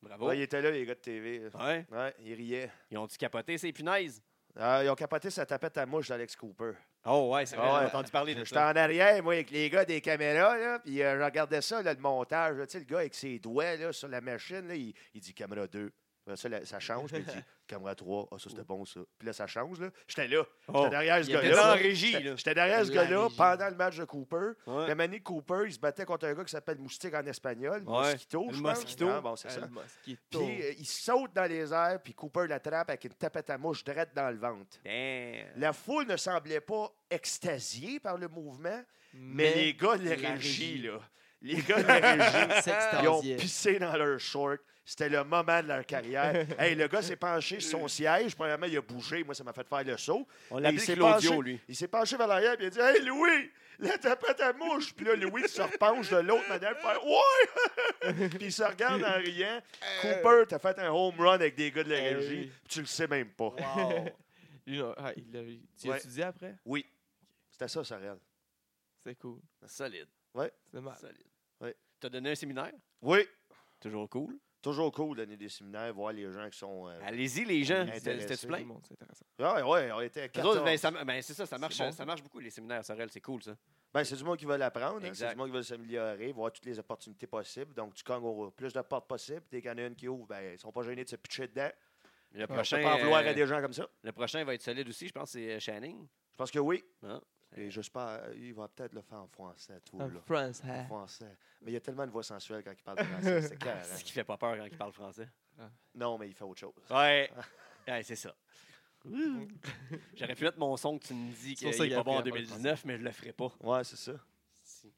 Bravo. ouais, il était là, les gars de TV. Oh. Ouais. Ouais, ils riaient. Ils ont-tu capoté ces punaises? Ah, ils ont capoté sa tapette à mouche d'Alex Cooper. Oh, ouais, c'est vrai, Ah ouais. j'ai entendu parler de J'étais ça. en arrière, moi, avec les gars des caméras, là, puis euh, je regardais ça, là, le montage. là, Tu sais, le gars avec ses doigts là, sur la machine, là, il, il dit caméra 2. Après Ça, la- ça change, puis il dit caméra 3. Ah, ça, c'était bon, ça. Puis là, ça change. là. J'étais là. Oh. J'étais derrière ce Il était en gars-là. régie, là. J'étais derrière ce La gars-là régie. pendant le match de Cooper. Ouais. La manie de Cooper, il se battait contre un gars qui s'appelle Moustique en espagnol. Ouais. Mosquito, Le je pense. Mosquito. Ah, bon, c'est ça. El Mosquito. Puis euh, il saute dans les airs, puis Cooper l'attrape avec une tapette à mouche direct dans le ventre. Damn. La foule ne semblait pas extasiée par le mouvement, mais, Mais les gars de la, la régie, régie. là, les gars de la régie, ils ont s'extasiaient. pissé dans leur short. C'était le moment de leur carrière. hey, le gars s'est penché sur son siège. Premièrement, il a bougé. Moi, ça m'a fait faire le saut. On Et l'appelait il s'est Claudio, penché- lui. Il s'est penché vers l'arrière et il a dit Hey, Louis, la tapette à mouche. Puis là, Louis il se repenche de l'autre manière. il fait Ouais Puis il se regarde en riant. Cooper, t'as fait un home run avec des gars de la Hey. régie. puis tu le sais même pas. Lui, non, ah, il l'a- tu Ouais. l'as étudié après? Oui. C'était ça, Sorel. C'est cool. Solide. C'est mal. Solide. Ouais. T'as donné un séminaire? Oui. Toujours cool. toujours cool l'année des séminaires, voir les gens qui sont. euh, Allez-y, les gens. Intéressé. C'était- C'était-tu plein? Tout le monde, c'est intéressant. Ah, ouais, on était Eux 14. autres, ben, ça, ben, c'est ça, ça marche, C'est bon, ça marche beaucoup, les séminaires Sorel, c'est cool, ça. Ben, c'est du monde qui veut l'apprendre, hein. c'est Exact. du monde qui veut s'améliorer, voir toutes les opportunités possibles. Donc, tu cognes au plus de portes possibles. Dès qu'il y en a une qui ouvre, ben, ils ne sont pas gênés de se pitcher dedans. Le Je prochain, ne pas en vouloir euh, à des gens comme ça. le prochain va être solide aussi, je pense, c'est euh, Channing. Je pense que oui. Ah. Et j'espère, euh, il va peut-être le faire en français, tout. En Là. France, En hein. français. Mais il y a tellement de voix sensuelle quand il parle français, c'est clair. hein. Ce qui fait pas peur quand il parle français. Non, mais il fait autre chose. Ouais, ouais c'est ça. Hmm. J'aurais pu mettre mon son que tu me dis C'est pour qu'il ça est qu'il pas a bon en appris à parler 2019, mais je le ferai pas. Ouais, c'est ça. Si.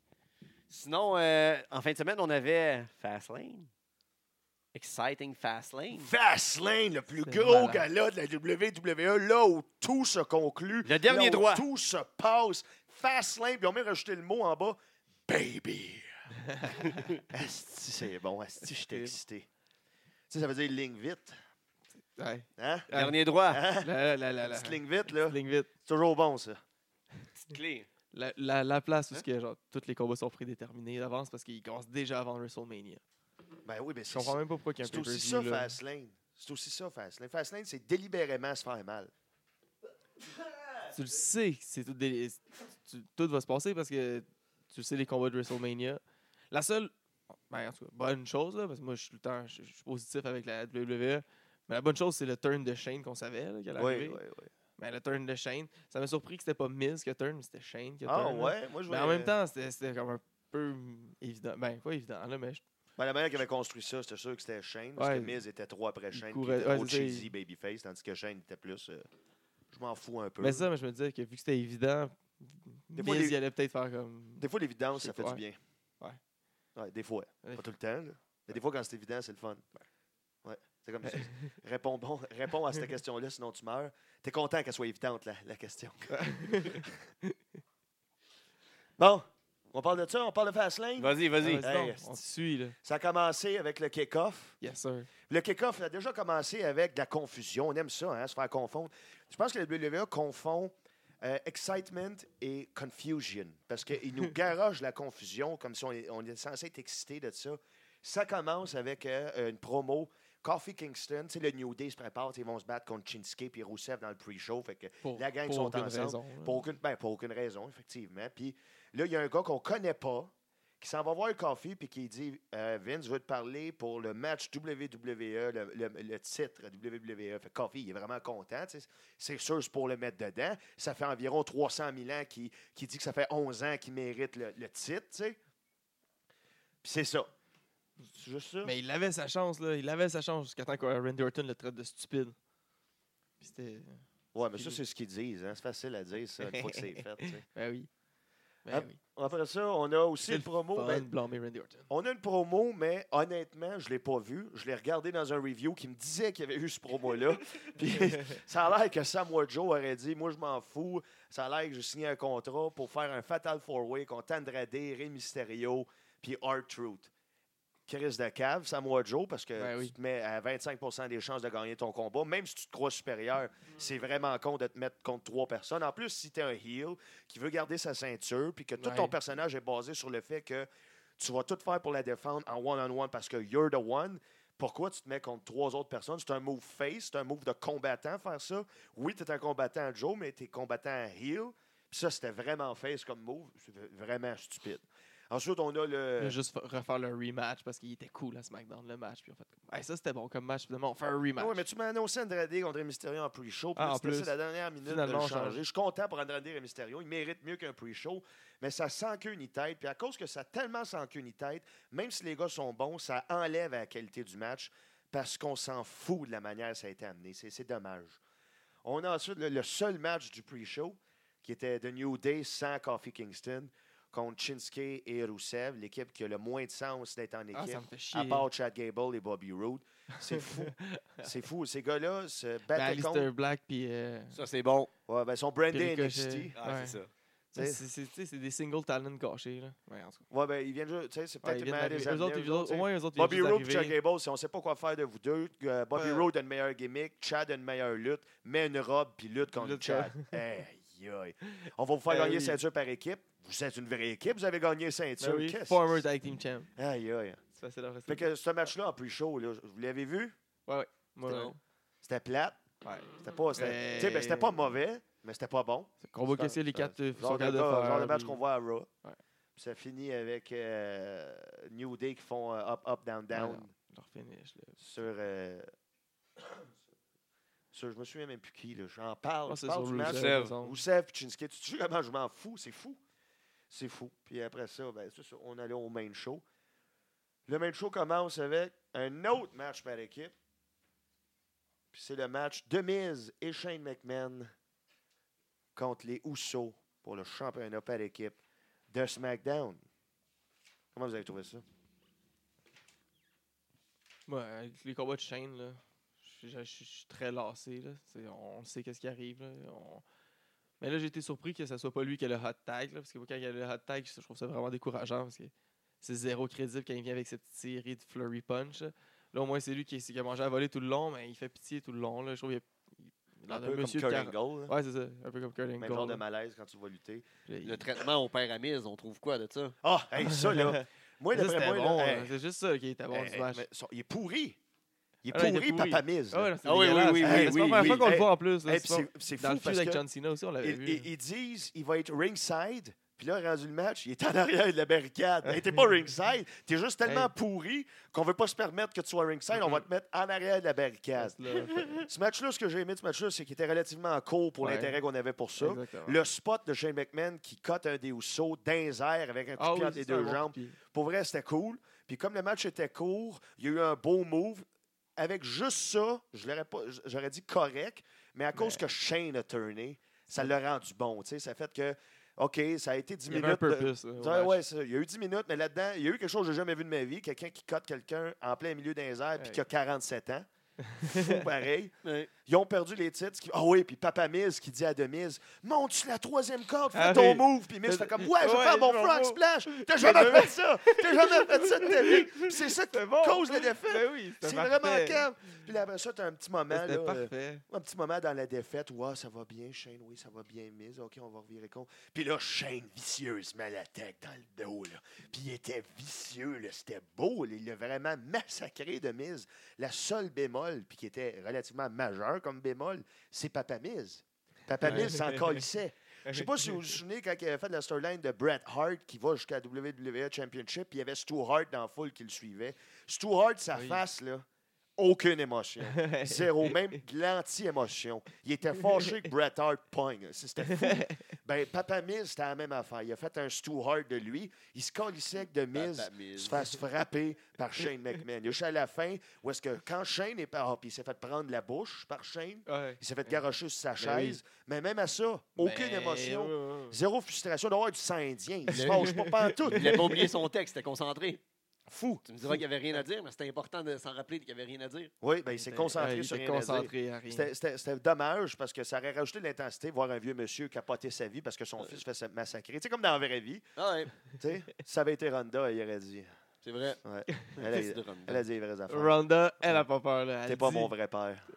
Sinon, euh, en fin de semaine, on avait Fastlane. Exciting Fastlane. Fastlane, le plus C'est gros malade. gala de la WWE, là où tout se conclut. Le dernier là où droit. Tout se passe. Fastlane, puis on met rajouté le mot en bas. Baby. Asti, c'est bon. Asti, je suis excité. Tu sais, ça veut dire ligne vite. Ouais. Hein? Ah. Dernier droit. Hein? La, la, la, la, Petite ligne vite, là. ligne vite. C'est toujours bon, ça. Petite clé. La, la, la place où Hein? ce que, genre, tous les combats sont prédéterminés d'avance parce qu'ils commencent déjà avant WrestleMania. Ben oui, mais Je c'est comprends même pas pourquoi il y a un C'est aussi ça, pay-per-view. là. Fastlane. C'est aussi ça, Fastlane. Fastlane, c'est délibérément se faire mal. Tu le sais, que c'est tout, des- tu- tout va se passer parce que tu sais les combats de WrestleMania. La seule, ben, en tout cas, bonne chose, là, parce que moi je suis tout le temps je, je suis positif avec la WWE, mais la bonne chose c'est le turn de Shane qu'on savait là, qu'elle Oui, oui, arrivait. oui. Mais Ben, le turn de Shane, ça m'a surpris que c'était pas Miz qui a turn, mais c'était Shane qui a Ah, turn. là. ouais, moi je Mais en voulais- même temps, c'était c'était comme un peu mm, évident. Ben, pas évident, là, mais je- Ben, la manière qu'il avait construit ça, c'était sûr que c'était Shane. Parce Ouais. que Miz était trop après Shane. puis Il courait- était ouais, trop c'est ça, cheesy il- babyface, tandis que Shane était plus. euh, je m'en fous un peu. mais ça, mais je me disais que vu que c'était évident, Des Miz fois, les- il allait peut-être faire comme. Des fois, l'évidence, Je ça sais fait pas, du bien. ouais. Ouais, des fois. Ouais. Pas tout le temps, là. Mais des fois, quand c'est évident, c'est le fun. Ouais. C'est comme ça. réponds, bon, réponds à cette question-là, sinon tu meurs. T'es content qu'elle soit évidente, la, la question. bon, on parle de ça, on parle de Fastlane. Vas-y, vas-y. Ah, vas-y donc, Hey, on te suit, là. Ça a commencé avec le kick-off. Yes, sir. Le kick-off a déjà commencé avec de la confusion. On aime ça, hein, se faire confondre. Je pense que la WWE confond euh, excitement et confusion parce qu'ils nous garagent la confusion comme si on est, on est censé être excité de ça. Ça commence avec euh, une promo. Coffee Kingston, tu sais, le New Day se prépare, tu sais, ils vont se battre contre Shinsuke et Rousseff dans le pre-show. Fait que Pour, La gang pour sont aucune ensemble. raison, là. pour aucune, ben, pour aucune raison, effectivement. Puis là, il y a un gars qu'on connaît pas qui s'en va voir Coffee puis qui dit euh, Vince, je veux te parler pour le match WWE, le, le- le titre WWE. Fait que Coffee, il est vraiment content. tu sais. C'est sûr, c'est pour le mettre dedans. Ça fait environ 300 000 ans qu'il qu'il dit que ça fait 11 ans qu'il mérite le, le titre. tu sais. Puis c'est ça. C'est juste ça. Mais il avait sa chance, là. Il avait sa chance jusqu'à temps que Randy Orton le traite de stupide. Puis c'était. ouais, mais ça, c'est ce qu'ils disent. hein. C'est facile à dire, ça, une fois que c'est fait. tu sais. Ben oui. Ben Hop, oui. Après ça, on a aussi C'est le promo. Fun Ah, ben, de blâmer Randy Orton. On a une promo, mais honnêtement, je ne l'ai pas vue. Je l'ai regardé dans un review qui me disait qu'il y avait eu ce promo-là. Puis ça a l'air que Samoa Joe aurait dit Moi, je m'en fous. Ça a l'air que j'ai signé un contrat pour faire un Fatal Four-Way contre Andrade, Rey Mysterio, puis R-Truth. Chris de cave, Samoa Joe, parce que Ben tu oui. te mets à 25 des chances de gagner ton combat, même si tu te crois supérieur. C'est vraiment con de te mettre contre trois personnes. En plus, si tu es un heel qui veut garder sa ceinture, puis que tout ton Ouais. personnage est basé sur le fait que tu vas tout faire pour la défendre en one-on-one parce que you're the one. Pourquoi tu te mets contre trois autres personnes? C'est un move face, c'est un move de combattant faire ça. Oui, tu es un combattant Joe, mais tu es combattant heel. Puis ça, c'était vraiment face comme move. C'est v- vraiment stupide. Ensuite, on a Il a le. juste fa- refaire le rematch parce qu'il était cool à SmackDown, le match. Puis on fait comme, Hey, ça c'était bon comme match. Finalement, on fait un rematch. Oui, mais tu m'as annoncé Andrade contre Mysterio en pre-show. Puis Ah, là, en tu décides plus. à la dernière minute Finalement, de on le changer. change. Je suis content pour Andrade et Mysterio. Il mérite mieux qu'un pre-show. Mais ça sent queue ni tête. Puis à cause que ça tellement sans queue ni tête, même si les gars sont bons, ça enlève à la qualité du match parce qu'on s'en fout de la manière que ça a été amené. C'est c'est dommage. On a ensuite le, le seul match du pre-show qui était The New Day sans Coffee Kingston contre Shinsuke et Rusev, l'équipe qui a le moins de sens d'être en équipe. ah, ça me fait chier. À part Chad Gable et Bobby Roode. C'est fou. c'est fou. Ces gars-là se Ben, battaient contre. Alistair Black, puis. euh, Ça, c'est bon. Ouais, ben, ils sont brandés Puis NXT. Ricochet. Ah, Ouais. c'est ça. c'est- t'sais. c'est- c'est tu sais, c'est des single talents gâchés. Là. Ouais, en tout cas. Ouais, ben, ils viennent juste. tu sais, C'est Ouais, peut-être ils une viennent manière de les d'arriver. Eux amener, autres, eux ils- autres, au tu sais. moins, eux autres, ils Bobby viennent Roode et Chad d'arriver. Gable, si on ne sait pas quoi faire de vous deux, euh, Bobby Ouais. Roode a une meilleure gimmick, Chad a une meilleure lutte, met une robe puis lutte contre Lutte Chad. Aïe, aïe. On va vous faire Ben gagner oui. ceinture par équipe. Vous êtes une vraie équipe, vous avez gagné ceinture. Ben oui, Qu'est-ce- Former tag team champ. Aïe, aïe. C'est facile à rester. Fait que ce match-là, en pre-show, là, vous l'avez vu? Ouais, ouais. Non. C'était plate. Ouais. C'était pas, c'était- Mais- tu sais, ben, c'était pas mauvais, mais c'était pas bon. Combo C'est un- cassé, les quatre euh, Genre sont de, capables de gars- faire. genre de match puis- qu'on voit à Raw. Ouais. Puis ça finit avec euh, New Day qui font euh, Up, Up, Down, Down non. Leur finish, là. sur, euh, sur- Je me souviens même plus qui. là. J'en parle. Ah, je c'est parle sur du le match. Rusev. Rousseff, Pichinski, tu sais comment je m'en fous, c'est fou. C'est fou. Puis après ça, ben, c'est ça, on allait au main show. Le main show commence avec un autre match par équipe. Puis c'est le match de Miz et Shane McMahon contre les Housseaux pour le championnat par équipe de SmackDown. Comment vous avez trouvé ça? Ouais, avec les combats de chaîne, là, je je- je- je suis très lassé. Là. C'est- On sait qu'est-ce qui arrive. là. On- Mais là, j'ai été surpris que ce soit pas lui qui a le hot tag. là, parce que moi, quand il y a le hot tag, je trouve ça vraiment décourageant. Parce que c'est zéro crédible quand il vient avec cette petite série de flurry punch. Là, Là, au moins, c'est lui qui, qui a mangé à voler tout le long, mais il fait pitié tout le long. Là. Je trouve qu'il a- il- il a l'air Un peu d'un comme monsieur de Kurt quarante- Angle, là. Ouais, c'est ça. Un peu comme Kurt Angle. Même genre de là. malaise quand tu vas lutter. Puis là, il- Le traitement au père Amise, on trouve quoi de ça? Ah, hey, ça, là. Moi, Ça, d'après c'était moi, là, bon, hein. hey, là. C'est juste ça qui était bon hey, du hey, match. Eh, mais son- il est pourri. Il est Ah, là, il était pourri, pourri. Papa Miz. là. Ah ouais, c'est Ah oui, oui, dégueulasse. oui, oui, Hey, C'est pas la première oui, fois qu'on oui. le voit en plus. là, Hey, c'est puis pas- c'est c'est fou Dans le feud parce avec que John Cena aussi, on l'avait ils, vu. hein. ils- ils disent il va être ringside, puis là, rendu le match, il est en arrière de la barricade. Mais t'es pas ringside, t'es juste tellement Hey. Mm-hmm. pourri qu'on veut pas se permettre que tu sois ringside, on va te mettre en arrière de la barricade. Reste là, fait- Ce match-là, ce que j'ai aimé de ce match-là, c'est qu'il était relativement court pour Ouais. l'intérêt qu'on avait pour ça. Exactement. Le spot de Shane McMahon qui cote un des housseaux d'un air avec un coup Ah de oui, pied entre c'est les un deux bon jambes. coup de pied. Pour vrai, c'était cool. Puis comme le match était court, il y a eu un beau move. Avec juste ça, je l'aurais pas, j- j'aurais dit correct, mais à cause que Shane a turné, ça l'a rendu bon. tu sais, Ça fait que, OK, ça a été 10 Il y avait un minutes. de- purpose. là, au Ouais, match. ouais, c'est ça. Il y a eu 10 minutes, mais là-dedans, il y a eu quelque chose que j'ai jamais vu de ma vie. Quelqu'un qui cote quelqu'un en plein milieu d'un airs puis Hey. qui a 47 ans. Fou pareil. Ouais. Ils ont perdu les titres. qui- Ah oui, puis Papa Miz qui dit à Demise Monte sur la troisième corde, fais Ah ton oui. move. Puis Miz T'as- fait comme Ouais, je vais Ouais, faire mon je vais frog voir. splash. T'as jamais fait ça. T'as jamais fait ça de ta vie. Puis c'est ça qui C'est bon. cause la défaite. Ben oui, C'est c'était vraiment parfait. calme. Puis là, après ça, t'as un petit moment. Là, C'était euh, parfait. un petit moment dans la défaite où Ah, ça va bien, Shane, oui, ça va bien, Miz, ok, on va revirer con. Puis là, Shane vicieusement la tête dans le dos, là. Puis il était vicieux, là, c'était beau, là, il l'a vraiment massacré de Miz. La seule bémol, puis qui était relativement majeure comme bémol, c'est Papa Miz. Papa Ouais. Miz s'en colissait. Je sais pas si vous vous souvenez quand il avait fait la storyline de Bret Hart qui va jusqu'à WWE Championship, puis il y avait Stu Hart dans la foule qui le suivait. Stu Hart, sa Oui. face, là, aucune émotion. Zéro, même de l'anti-émotion. Il était fâché que Bret Hart pogne. C'est- C'était fou. Ben, Papa Miz, c'était la même affaire. Il a fait un Stu Hart de lui. Il se colissait que de Miz Papa se Miz. fasse frapper par Shane McMahon. Il a juste à la fin où est-ce que quand Shane est... par- Ah, puis il s'est fait prendre la bouche par Shane. Ouais. Il s'est fait garocher sur sa Ben oui. chaise. Mais même à ça, aucune Ben, émotion. ouais, ouais. Zéro frustration d'avoir du sang indien. Il se Le- fâche pas pantoute. Il avait oublié son texte, il était concentré. Fou. Tu me diras qu'il n'y avait rien à dire, mais c'était important de s'en rappeler qu'il n'y avait rien à dire. Oui, ben, il s'est concentré Ouais, il sur était rien à dire. concentré à rien. C'était- C'était c'était dommage parce que ça aurait rajouté de l'intensité, voir un vieux monsieur capoter sa vie parce que Euh. son fils se fait massacrer. Tu sais, comme dans la vraie vie. Ah ouais, Tu sais, si ça avait été Ronda, il aurait dit. c'est vrai. Ouais. Elle, a, Fils de Ronda. elle a dit les vraies affaires. Ronda, elle a pas peur. là. Elle T'es pas dit- mon vrai père.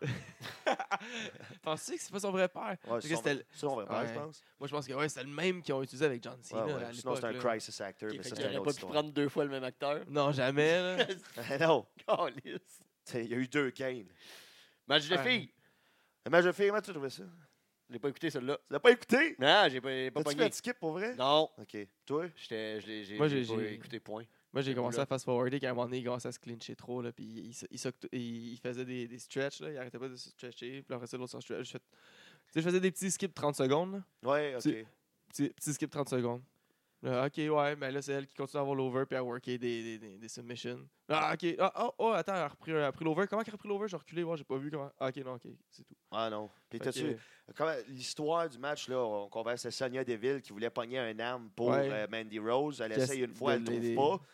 Penses-tu que c'est pas son vrai père? Ouais, Parce c'est que son, c'était le- c'est son vrai père, je Ouais. pense. Moi, je pense que ouais, c'est le même qu'ils ont utilisé avec John Cena. Ouais, ouais. à Sinon, c'est un l'époque, là. crisis actor, mais Fait ça, qu'il c'est une aurait pas autre pu histoire. prendre deux fois le même acteur. Non, jamais. là. non, Calisse. tu sais, il y a eu deux gains. Match de Ouais. filles. Mais je fais, comment tu as trouvé ça? Je l'ai pas écouté celle-là. Tu l'as pas écouté? Non, j'ai pas, j'ai pas T'as-tu pogné. fait skip pour vrai? Non, OK. Toi? j'étais- je l'ai- j'ai Moi, j'ai j'ai- pas j'ai- écouté point. Moi, j'ai commencé là. à fast-forwarder quand à un moment donné, il commençait à se clincher trop, là, puis il, il, se- il s'octo- il- il faisait des, des stretches, là, il arrêtait pas de se stretcher, puis après ça, l'autre se stretch. Je, fais- tu sais, je faisais des petits skips 30 secondes, là. Ouais, OK. C'est- Petit, petit skip 30 secondes. Là, ok, ouais, mais là, c'est elle qui continue à avoir l'over puis à worker des, des, des, des submissions. Ah, ok, ah, oh, oh, attends, elle a repris, elle a repris l'over. Comment qu'elle a repris l'over J'ai reculé, moi, j'ai pas vu comment. Ah, ok, non, ok, c'est tout. Ah non. Puis Fait t'as-tu... que- Comment- L'histoire du match, là, on converse à Sonia Deville qui voulait pogner un arme pour Ouais. euh, Mandy Rose. Elle Qui essaye essa- une fois, elle de ne l'aider. trouve pas.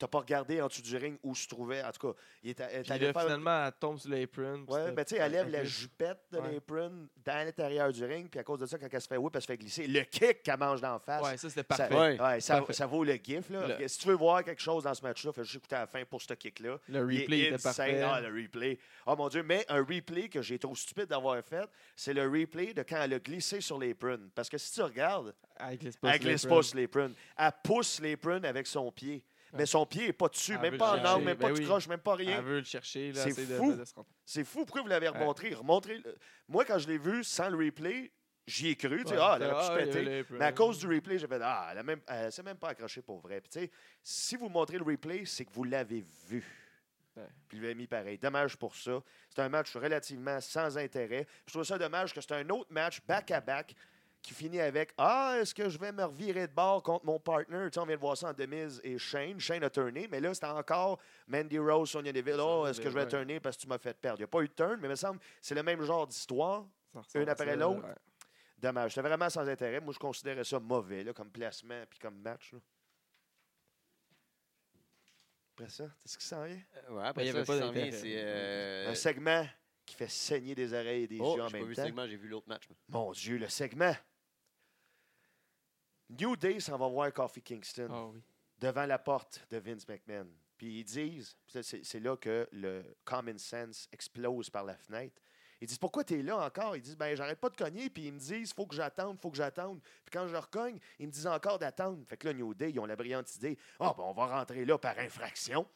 T'as pas regardé en dessous du ring où se trouvait. En tout cas, il est, elle est Puis allée là, faire- finalement, elle tombe sur l'apron. puis Ouais, c'était- ben, tu sais, elle lève Ok. la jupette de Ouais. l'apron dans l'intérieur du ring, puis à cause de ça, quand elle se fait whip, elle se fait glisser. Le kick qu'elle mange d'en face. Ouais, ça, c'était Ça, parfait. Ouais. ouais, ça, Parfait. ça vaut le gif. Là. Le- Si tu veux voir quelque chose dans ce match-là, fais juste écouter à la fin pour ce kick-là. Le Il est replay était insane. parfait. Ah, le replay. Oh mon Dieu, mais un replay que j'ai trop stupide d'avoir fait, c'est le replay de quand elle a glissé sur l'apron. Parce que si tu regardes, Elle glisse pas elle sur glisse l'apron. pas sur l'apron. Elle pousse l'apron avec son pied. mais son pied n'est pas dessus, Elle même veut pas en chercher, angle, même ben pas de oui. croche, même pas Elle rien. veut le chercher. là, C'est essayer de- fou. de se rendre- C'est fou, pourquoi vous l'avez remontré? Remontrez. le- Moi, quand je l'ai vu sans le replay, j'y ai cru. Tu sais, Ouais, ah, fait, elle aurait pu se il y a péter. les preuves. Mais à cause du replay, j'ai fait Ah, elle ne s'est même pas accrochée pour vrai. Puis, tu sais, si vous montrez le replay, c'est que vous l'avez vu. Ouais. Puis, il l'avez mis pareil. Dommage pour ça. C'est un match relativement sans intérêt. Puis, je trouve ça dommage que c'est un autre match back-à-back qui finit avec Ah, est-ce que je vais me revirer de bord contre mon partner? Tu sais, on vient de voir ça en Demise et Shane. Shane a tourné, mais là, c'était encore Mandy Rose, Sonia Deville. Oh, est-ce que je vais Ouais. tourner parce que tu m'as fait perdre? Il n'y a pas eu de turn, mais il me semble que c'est le même genre d'histoire. Ça ressemble une à après ça, l'autre. ouais. Dommage. C'était vraiment sans intérêt. Moi, je considérais ça mauvais là, comme placement puis comme match. là. Après ça, c'est ce qui s'en vient? Euh, Ouais, après Il y ça, avait ce pas qui s'en vient, d'intérêt. c'est. euh, Un segment qui fait saigner des oreilles et des Oh, yeux en j'ai pas vu même le temps. segment, j'ai vu l'autre match. moi. Mon Dieu, le segment. New Day s'en va voir Coffee Kingston Ah oui. devant la porte de Vince McMahon. Puis ils disent, ça, c'est c'est là que le common sense explose par la fenêtre. Ils disent pourquoi t'es là encore Ils disent ben j'arrête pas de cogner. Puis ils me disent faut que j'attende, faut que j'attende. Puis quand je recogne, ils me disent encore d'attendre. Fait que là New Day ils ont la brillante idée ah ben on va rentrer là par infraction.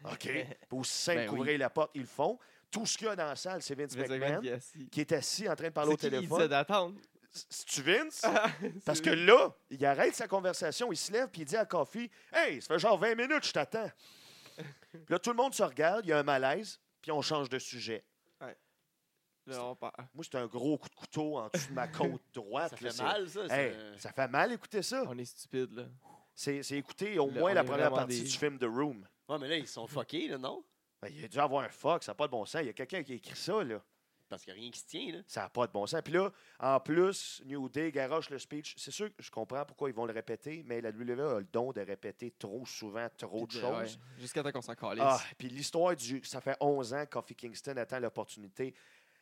Ok. Pour aussi simple Ben oui. qu'ouvrir la porte ils le font. Tout ce qu'il y a dans la salle c'est Vince Vince McMahon McMahon qui est assis. qui est assis en train de C'est parler au qui, il téléphone. disait d'attendre. C'est-tu Vince? Parce que là, il arrête sa conversation, il se lève, puis il dit à Coffee Hey, ça fait genre 20 minutes, je t'attends. Puis là, tout le monde se regarde, il y a un malaise, puis on change de sujet. Là, on part. Moi, c'est un gros coup de couteau en dessous de ma côte droite. Ça là, fait c'est- mal, ça. Ah, Hey, c'est- ça fait mal écouter ça. On est stupide, là. C'est c'est écouter au Là, moins on la est première vraiment partie des- du film The Room. Ouais, mais là, ils sont fuckés, là, non? Ben, il a dû avoir un fuck, ça n'a pas de bon sens. Il y a quelqu'un qui a écrit ça, là. Parce qu'il n'y a rien qui se tient, là. Ça n'a pas de bon sens. Puis là, en plus, New Day garoche le speech. C'est sûr que je comprends pourquoi ils vont le répéter, mais la WWE a le don de répéter trop souvent trop de Puis, ouais, choses. Jusqu'à temps qu'on s'en calisse. Ah, puis l'histoire du. Ça fait 11 ans que Kofi Kingston attend l'opportunité.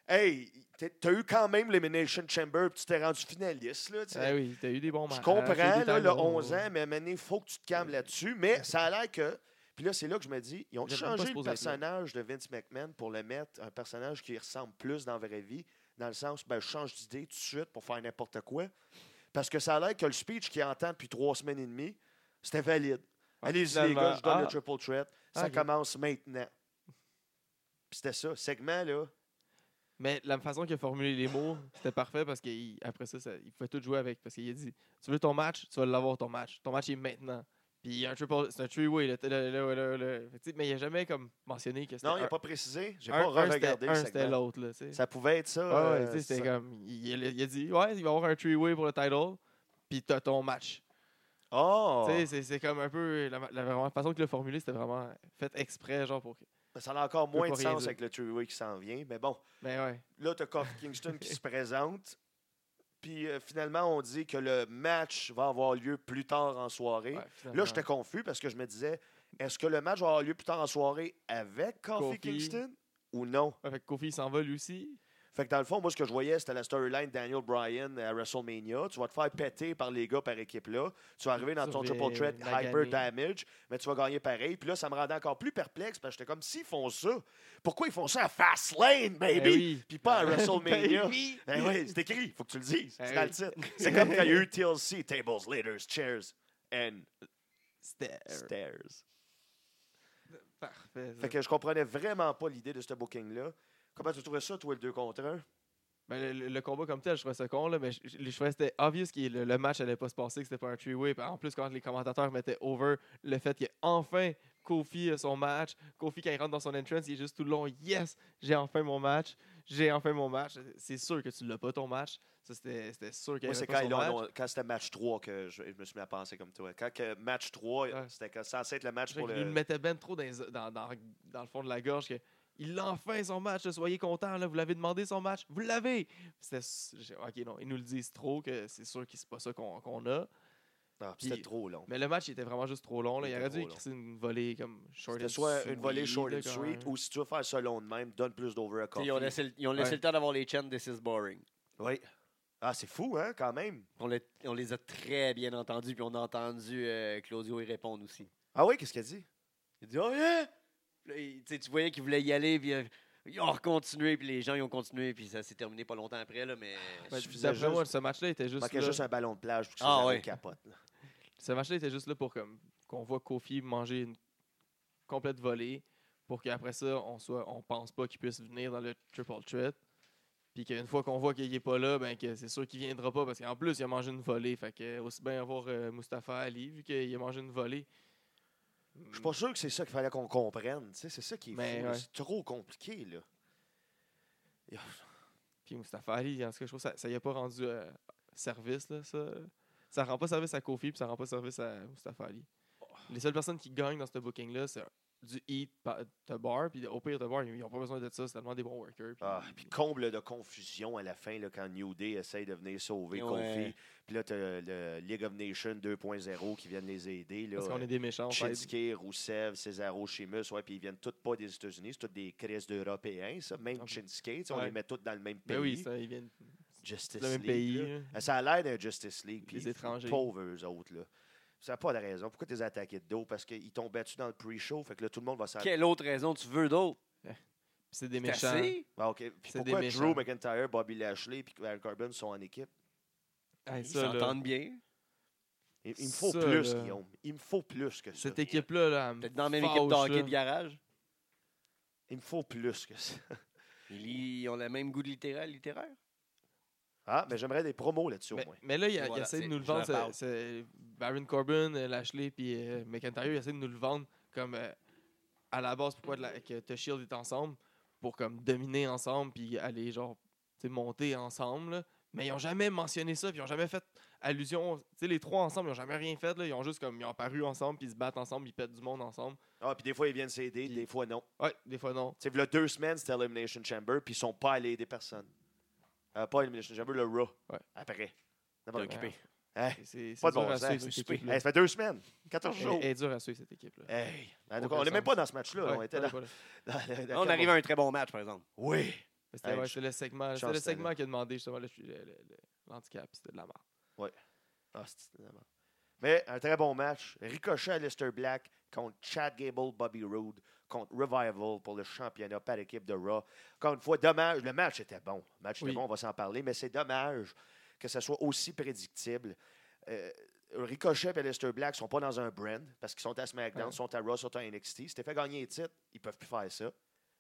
Hey, t'es- t'as eu quand même l'Elimination Chamber, puis tu t'es rendu finaliste, là. tu sais. Ah oui, t'as eu des bons matchs. Je comprends, t'as eu là, des le timings. 11 ans, mais maintenant, il faut que tu te calmes là-dessus. Mais ça a l'air que. Puis là, c'est là que je me dis, ils ont Vous êtes même pas changé le supposé être là. personnage de Vince McMahon pour le mettre un personnage qui ressemble plus dans la vraie vie, dans le sens, ben, je change d'idée tout de suite pour faire n'importe quoi. Parce que ça a l'air que le speech qu'il entend depuis trois semaines et demie, c'était valide. Ouais, Allez-y, les finalement, gars, je donne le ah. triple threat. Ça Ah, ok. commence maintenant. Puis c'était ça, segment, là. Mais la façon qu'il a formulé les mots, c'était parfait parce qu'après ça, ça- il pouvait tout jouer avec. Parce qu'il a dit Tu veux ton match Tu vas l'avoir ton match. Ton match est maintenant. Puis il y a un triple, c'est un three-way. là, là, là, là, là. Fait que, tu sais, Mais il a jamais comme, mentionné que c'était. Non, il n'a un- pas précisé. J'ai un- pas un, c'était- re-regardé le Un, c'était segment. l'autre. là, tu sais. Ah Ça pouvait être ça. Ouais, ouais, euh, tu sais, c'était ça. comme. Il, il a- il a dit Ouais, il va y avoir un three-way pour le title, puis t'as ton match. Oh! Tu sais, c'est- c'est comme un peu. La, la- la façon qu'il l'a formulé, c'était vraiment fait exprès, genre pour. que- Mais ça a encore peux moins de pas rien sens dire. avec le three-way qui s'en vient. Mais bon, Mais ouais. là, tu as Kofi Kingston qui se présente. Puis euh, finalement, on dit que le match va avoir lieu plus tard en soirée. ouais, Là, finalement. j'étais confus parce que je me disais, est-ce que le match va avoir lieu plus tard en soirée avec Kofi Kofi. Kingston ou non? Ouais, fait que Kofi, il s'en va lui aussi. Fait que dans le fond, moi, ce que je voyais, c'était la storyline de Daniel Bryan à WrestleMania. Tu vas te faire péter par les gars par équipe-là. Tu vas arriver dans Tu ton reviens triple threat magané. hyper damage, mais tu vas gagner pareil. Puis là, ça me rendait encore plus perplexe parce que j'étais comme, s'ils font ça, pourquoi ils font ça à Fastlane, baby? Ben oui. Puis pas à WrestleMania. Baby. ben oui, c'est écrit, faut que tu le dises. Ben C'est dans le oui. titre. C'est comme quand il y a eu TLC, Tables, Ladders, Chairs and C'était. Stairs. Parfait. ça. Fait que je comprenais vraiment pas l'idée de ce booking-là. Comment tu trouvais ça, toi, le 2 contre 1? Ben, le- le, le combat comme tel, je trouvais ça con, là, mais je, je- je trouvais que c'était obvious que le, le match allait pas se passer, que c'était pas un three-way. Puis En plus, quand les commentateurs mettaient over le fait qu'enfin Kofi a son match, Kofi, quand il rentre dans son entrance, il est juste tout le long Yes, j'ai enfin mon match, j'ai enfin mon match. C'est sûr que tu l'as pas ton match. Ça, c'était c'était sûr qu'il Moi, avait c'est pas quand, son ils l'ont match. annon- quand c'était match 3 que je, je me suis mis à penser comme toi. Quand que match 3, Ouais. c'était que- censé être le match Je trouvais pour qu'il le. le mettait ben trop dans, les- dans, dans, dans le fond de la gorge que il a enfin son match, là, soyez contents, là, vous l'avez demandé son match, vous l'avez! C'était s- j'ai- Ok, non, ils nous le disent trop que c'est sûr que c'est pas ça qu'on qu'on a. Ah, c'était Puis- trop long. Mais le match il était vraiment juste trop long. Là. Il Il, était aurait trop dû long. écrire une volée comme short C'était and soit sweet, une volée short là, and comme sweet un- ou si tu veux faire ça long de même, donne plus d'over à Ils ont laissé, le- ils ont laissé Ouais. le temps d'avoir les chants This is boring. Oui. Ah, c'est fou, hein, quand même. On, l'a- on les a très bien entendus, puis on a entendu euh, Claudio y répondre aussi. Ah oui, qu'est-ce qu'elle dit? Il dit Oh, yeah! Là, il- tu sais, tu voyais qu'il voulait y aller, puis euh, ils ont continué, puis les gens ils ont continué, puis ça s'est terminé pas longtemps après, là, mais. Ben, suffisait D'après moi, juste- ce match-là était juste, Manquait là- juste un ballon de plage pour que Ah, ça ouais. capote. là. ce match-là était juste là pour comme qu'on qu'on voit Kofi manger une complète volée pour qu'après ça, on soit, on pense pas qu'il puisse venir dans le triple threat. Puis qu'une fois qu'on voit qu'il n'est pas là, ben que c'est sûr qu'il viendra pas parce qu'en plus, il a mangé une volée. Fait que aussi bien avoir euh, Mustafa Ali, vu qu'il a mangé une volée. Je suis pas sûr que c'est ça qu'il fallait qu'on comprenne. tu sais, C'est ça qui est Mais fou, ouais. C'est trop compliqué, là. Puis Mustafa Ali, en tout cas, je trouve que ça- ça y a pas rendu euh, service, là, ça. Ça rend pas service à Kofi, puis ça rend pas service à Mustafa Ali. Les seules personnes qui gagnent dans ce booking-là, c'est du heat pa- de bar, puis au pire de bar, ils n'ont pas besoin de ça, c'est tellement des bons workers. puis- Ah, puis comble de confusion à la fin, là, quand New Day essaye de venir sauver Ouais. Kofi. Puis là, t'as le League of Nations 2.0 qui viennent les aider. Là, parce euh, qu'on est des méchants, on fait- Shinsuke, Rousseff, Cesaro, Sheamus, ouais, puis ils viennent tous pas des États-Unis, c'est tous des crises d'Européens, ça. Même Ah, Shinsuke, tu sais, on ouais. les met tous dans le même pays. Ben oui, ça, ils viennent Justice du même League, pays. hein. là. là. Ah, Ça a l'air d'un Justice League. Puis Les étrangers. Pauvres, eux autres, là. Ça n'a pas de raison. Pourquoi t'es attaqué de dos? Parce qu'ils t'ont battu dans le pre-show, fait que là, tout le monde va s'en... Quelle autre raison tu veux d'autre? Puis C'est des C'est méchants. assez? Ah, OK. Puis C'est des pourquoi méchants. Drew McIntyre, Bobby Lashley puis Baron Corbin sont en équipe? Hey, Ils ça, là, s'entendent bien. Il, il me faut Ça, plus, là. Guillaume. Il me faut plus que ça. cette équipe-là, là, elle me Peut-être dans la même fâche, équipe de hockey là. de garage. Il me faut plus que ça. Ils ils ont le même goût de littéraire. littéraire. Ah, mais j'aimerais des promos là-dessus, Mais, au moins. mais là, il, a- il Voilà, essaie de c'est- nous le je vendre. leur parle. c'est- c'est Baron Corbin, euh, Lashley puis euh, McIntyre, il essaie de nous le vendre comme euh, à la base pourquoi de la- que The Shield est ensemble pour comme dominer ensemble puis aller genre tu sais, monter ensemble. là. Mais ils ont jamais mentionné ça, puis ils ont jamais fait allusion. Tu sais, les trois ensemble, ils ont jamais rien fait. Là. Ils ont juste comme ils ont paru ensemble, puis ils se battent ensemble, ils pètent du monde ensemble. Ah, puis des fois, ils viennent s'aider, des fois, non. Ouais, des fois non. Tu sais, v'là deux semaines, c'était Elimination Chamber, puis ils sont pas allés aider personne. Euh, pas Elimination Chamber, le Raw. Ouais. Après. T'es N'importe quoi. occupé. Hey, C'est Pas c'est de bon dur à suivre sens, c'est cette stupide. équipe-là. hey, ça fait deux semaines. 14 jours. Elle elle est dure à suivre cette équipe-là. Hey. En tout Aucun cas, on n'est même sens. pas dans ce match-là. Ouais, on était ouais, dans, voilà. dans le- dans Là, on arrive quel à moment? un très bon match, par exemple. Oui. C'était Hey, ouais, je- c'était le segment, c'était Charles, le c'était segment qui a demandé justement le- le- le- le- l'handicap, c'était de la merde. Ah, c'est- Mais un très bon match. Ricochet à Lester Black contre Chad Gable, Bobby Roode contre Revival pour le championnat par équipe de Raw. Encore une fois, dommage. Le match était bon. Le match était Oui. bon, on va s'en parler, mais c'est dommage que ça soit aussi prédictible. Euh, Ricochet et Lester Black sont pas dans un brand parce qu'ils sont à SmackDown, Ouais. sont à Raw, sont à NXT. C'était fait gagner les titres, ils peuvent plus faire ça.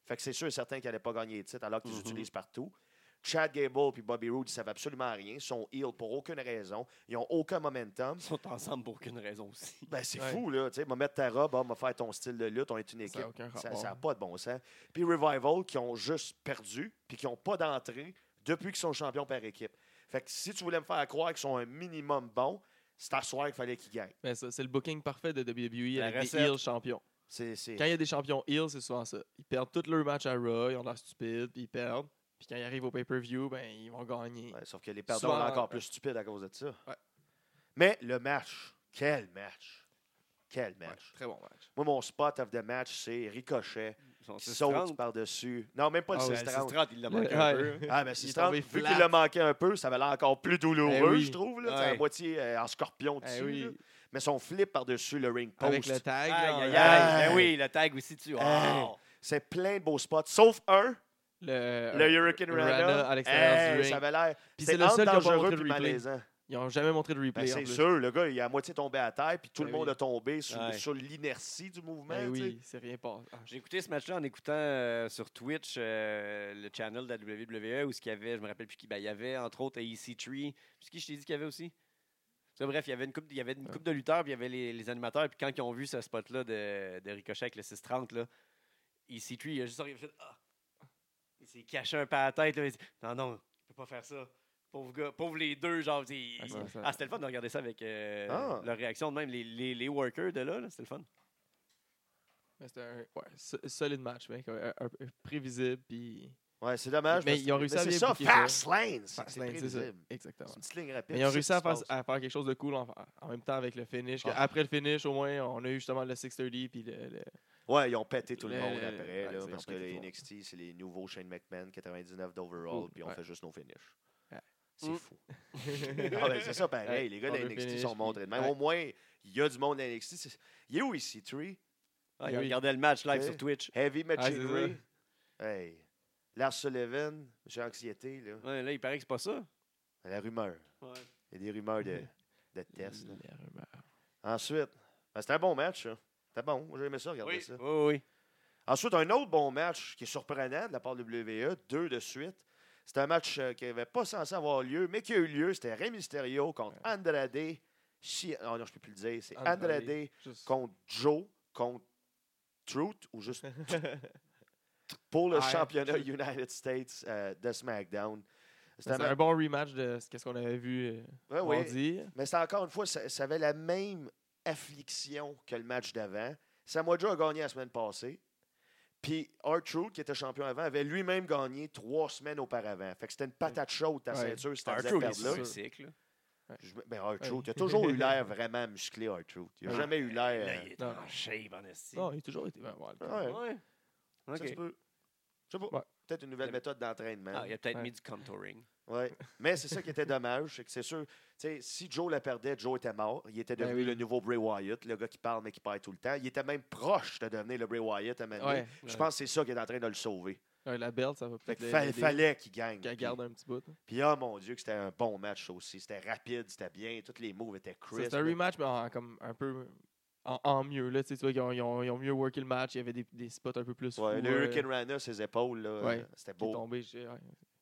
Fait que c'est sûr et certain qu'ils n'allaient pas gagner les titres alors qu'ils Mhm. utilisent partout. Chad Gable puis Bobby Roode, ils savent absolument rien. Ils sont heel pour aucune raison. Ils n'ont aucun momentum. Ils sont ensemble pour aucune raison aussi. Ben, c'est Ouais. fou, là. Tu sais, m'a mettre ta robe, ah, m'a faire ton style de lutte, on est une Ça équipe. n'a aucun Ça rapport. n'a pas de bon sens. Puis Revival, qui ont juste perdu, puis qui n'ont pas d'entrée depuis qu'ils sont champions par équipe. Fait que si tu voulais me faire croire qu'ils sont un minimum bons, c'est à soir qu'il fallait qu'ils gagnent. Mais ça, c'est le booking parfait de WWE La avec recette. des heel champions. C'est, c'est- Quand il y a des champions heel, c'est souvent ça. Ils perdent tous leurs matchs à Raw, ils ont l'air stupides, puis ils perdent. Puis quand ils arrivent au pay-per-view, ben ils vont gagner. Ouais, sauf que les perdants Souvent- sont encore plus stupides à cause de ça. euh, Ouais. Mais le match, quel match! Quel Ouais, match! très bon match. Moi, mon spot of the match, c'est Ricochet Ils sont qui 6 saute par-dessus. Non, même pas le Ah oui, 6 il l'a manqué Le- un ouais. peu. Ah, mais Il c'est est ça. tombé Vu qu'il flat. l'a manqué un peu, ça avait l'air encore plus douloureux, Eh oui. je trouve. Là, C'est à Ouais. moitié euh, en scorpion Eh dessus. oui, là. Mais son flip par-dessus le ring post. avec le Aïe, tag. là, aïe, en- aïe. Aïe. Ben oui, le tag aussi, tu. Aïe. Oh. C'est plein de beaux spots, sauf un, Le, le Hurricane Rana. Euh, Rana à l'extérieur Hey, du ring. Ça avait l'air Puis c'est c'était le entre seul qui a pas dangereux montré puis le replay. malaisant. Ils ont jamais montré de Ben, replay. en c'est plus. sûr, le gars, il est à moitié tombé à terre, puis tout le Ben monde oui. a tombé sur, Ouais. sur l'inertie du mouvement. Ben tu sais. oui, c'est rien passé. Ah, J'ai écouté ce match-là en écoutant euh, sur Twitch euh, le channel de la WWE où ce qu'il y avait, je me rappelle plus qui, ben, il y avait entre autres AEC3. Puis qui je t'ai dit qu'il y avait aussi? Ça, bref, il y avait une coupe, il y avait une Ouais. coupe de lutteurs, puis il y avait les, les animateurs, puis quand ils ont vu ce spot-là de, de Ricochet avec le 630, là, EC3, il a juste arrivé, il a fait Ah! Il s'est caché un peu à la tête, là, il dit Non, non, je peux pas faire ça. Pauvre gars, pauvre les deux, genre, c'est- il- Ah, c'est ça. ah, c'était le fun de regarder ça avec euh, Ah. leur réaction de même, les, les, les workers de là, là, c'était le fun. mais C'était un ouais, so- solide match, mec. un- un- un- prévisible, puis. Ouais, c'est dommage. Mais parce- ils ont réussi à c'est bien ça, booker ça. Fast Lane. C'est Fast lane, c'est ça. prévisible. Exactement. C'est une petite ligne rapide. Mais ils ont c'est réussi ce à qui faire, se passe. à faire quelque chose de cool en, en même temps avec le finish. que Ah. Après le finish, au moins, on a eu justement le 630 puis le, le- Ouais, ils ont pété tout le, Le- monde le- après, ouais, là, c'est- parce ils que ont pété les tout le monde. NXT, c'est les nouveaux Shane McMahon, 99 d'overall, Oh, puis on ouais. fait juste nos finishes. Ouais. C'est Mm. fou. Ah ben, c'est ça, pareil. Ouais, les gars on de veut NXT finish, sont puis- montrés de même. ouais. Au moins, il y a du monde à NXT. C'est- Il est où ici, Tree? Ah, Ben ils oui. regardaient le match live Ouais. sur Twitch. Heavy ça. Machinery. hey. Lars Sullivan, j'ai anxiété, là. Ouais, là, il paraît que c'est pas ça. La rumeur. Il y a des rumeurs de, de tests. là. le- Ensuite, Ben, C'était un bon match, ça. C'était bon. Moi, j'ai aimé ça, regarder ça. Oui, oui. Ensuite, un autre bon match qui est surprenant de la part de WWE, deux de suite. C'était un match euh, qui n'avait pas censé avoir lieu, mais qui a eu lieu. C'était Rey Mysterio contre Andrade. Si... Oh non, je peux plus le dire. C'est Andrade Juste- contre Joe, contre Truth, ou juste pour le Ouais. championnat United States euh, de SmackDown. C'était C'est un un match- bon rematch de ce qu'est-ce qu'on avait vu euh, Ouais, Ah oui. mardi. Mais c'est encore une fois, ça, ça avait la même affliction que le match d'avant. Samoa Joe a gagné la semaine passée. Puis R-Truth, qui était champion avant, avait lui-même gagné trois semaines auparavant. Fait que c'était une patate chaude, ta Ouais. ceinture, si t'en faisais Arthur est perdre là. sur le là. cycle. Je me- Ben, R-Truth, il a toujours eu l'air vraiment musclé, R-Truth. Il n'a Ouais. jamais eu Là, l'air... euh, il est non. en shape, en esti. Non, Ah, il a toujours été vraiment bon. Ouais. Ouais. euh, Ça se Ah. OK. peut. Je sais pas. Ouais. Peut-être une nouvelle méthode d'entraînement. Ah, il a peut-être Ouais. mis du contouring. Ouais. Mais c'est ça qui était dommage, c'est que c'est sûr, tu sais, si Joe la perdait, Joe était mort. Il était Ben devenu oui. le nouveau Bray Wyatt, le gars qui parle mais qui perd tout le temps. Il était même proche de devenir le Bray Wyatt à un moment donné. Ouais. Je pense que c'est ça qui est en train de le sauver. Ouais, la belt, ça va Fait peut-être qu'il fa- l'aider fallait qu'il gagne. qu'elle garde un petit bout. hein. Puis, oh mon Dieu, que c'était un bon match ça aussi. C'était rapide, c'était bien, tous les moves étaient crisp. C'est un rematch, mais en- comme un peu en, en mieux. Là, tu sais, tu vois, ils, ont, ils ont- ils ont mieux worké le match. Il y avait des, des spots un peu plus Ouais, fous, le euh, Hurricane Rana, ses épaules, là, Ouais. euh, c'était qui est beau. tombé. j'ai- ouais.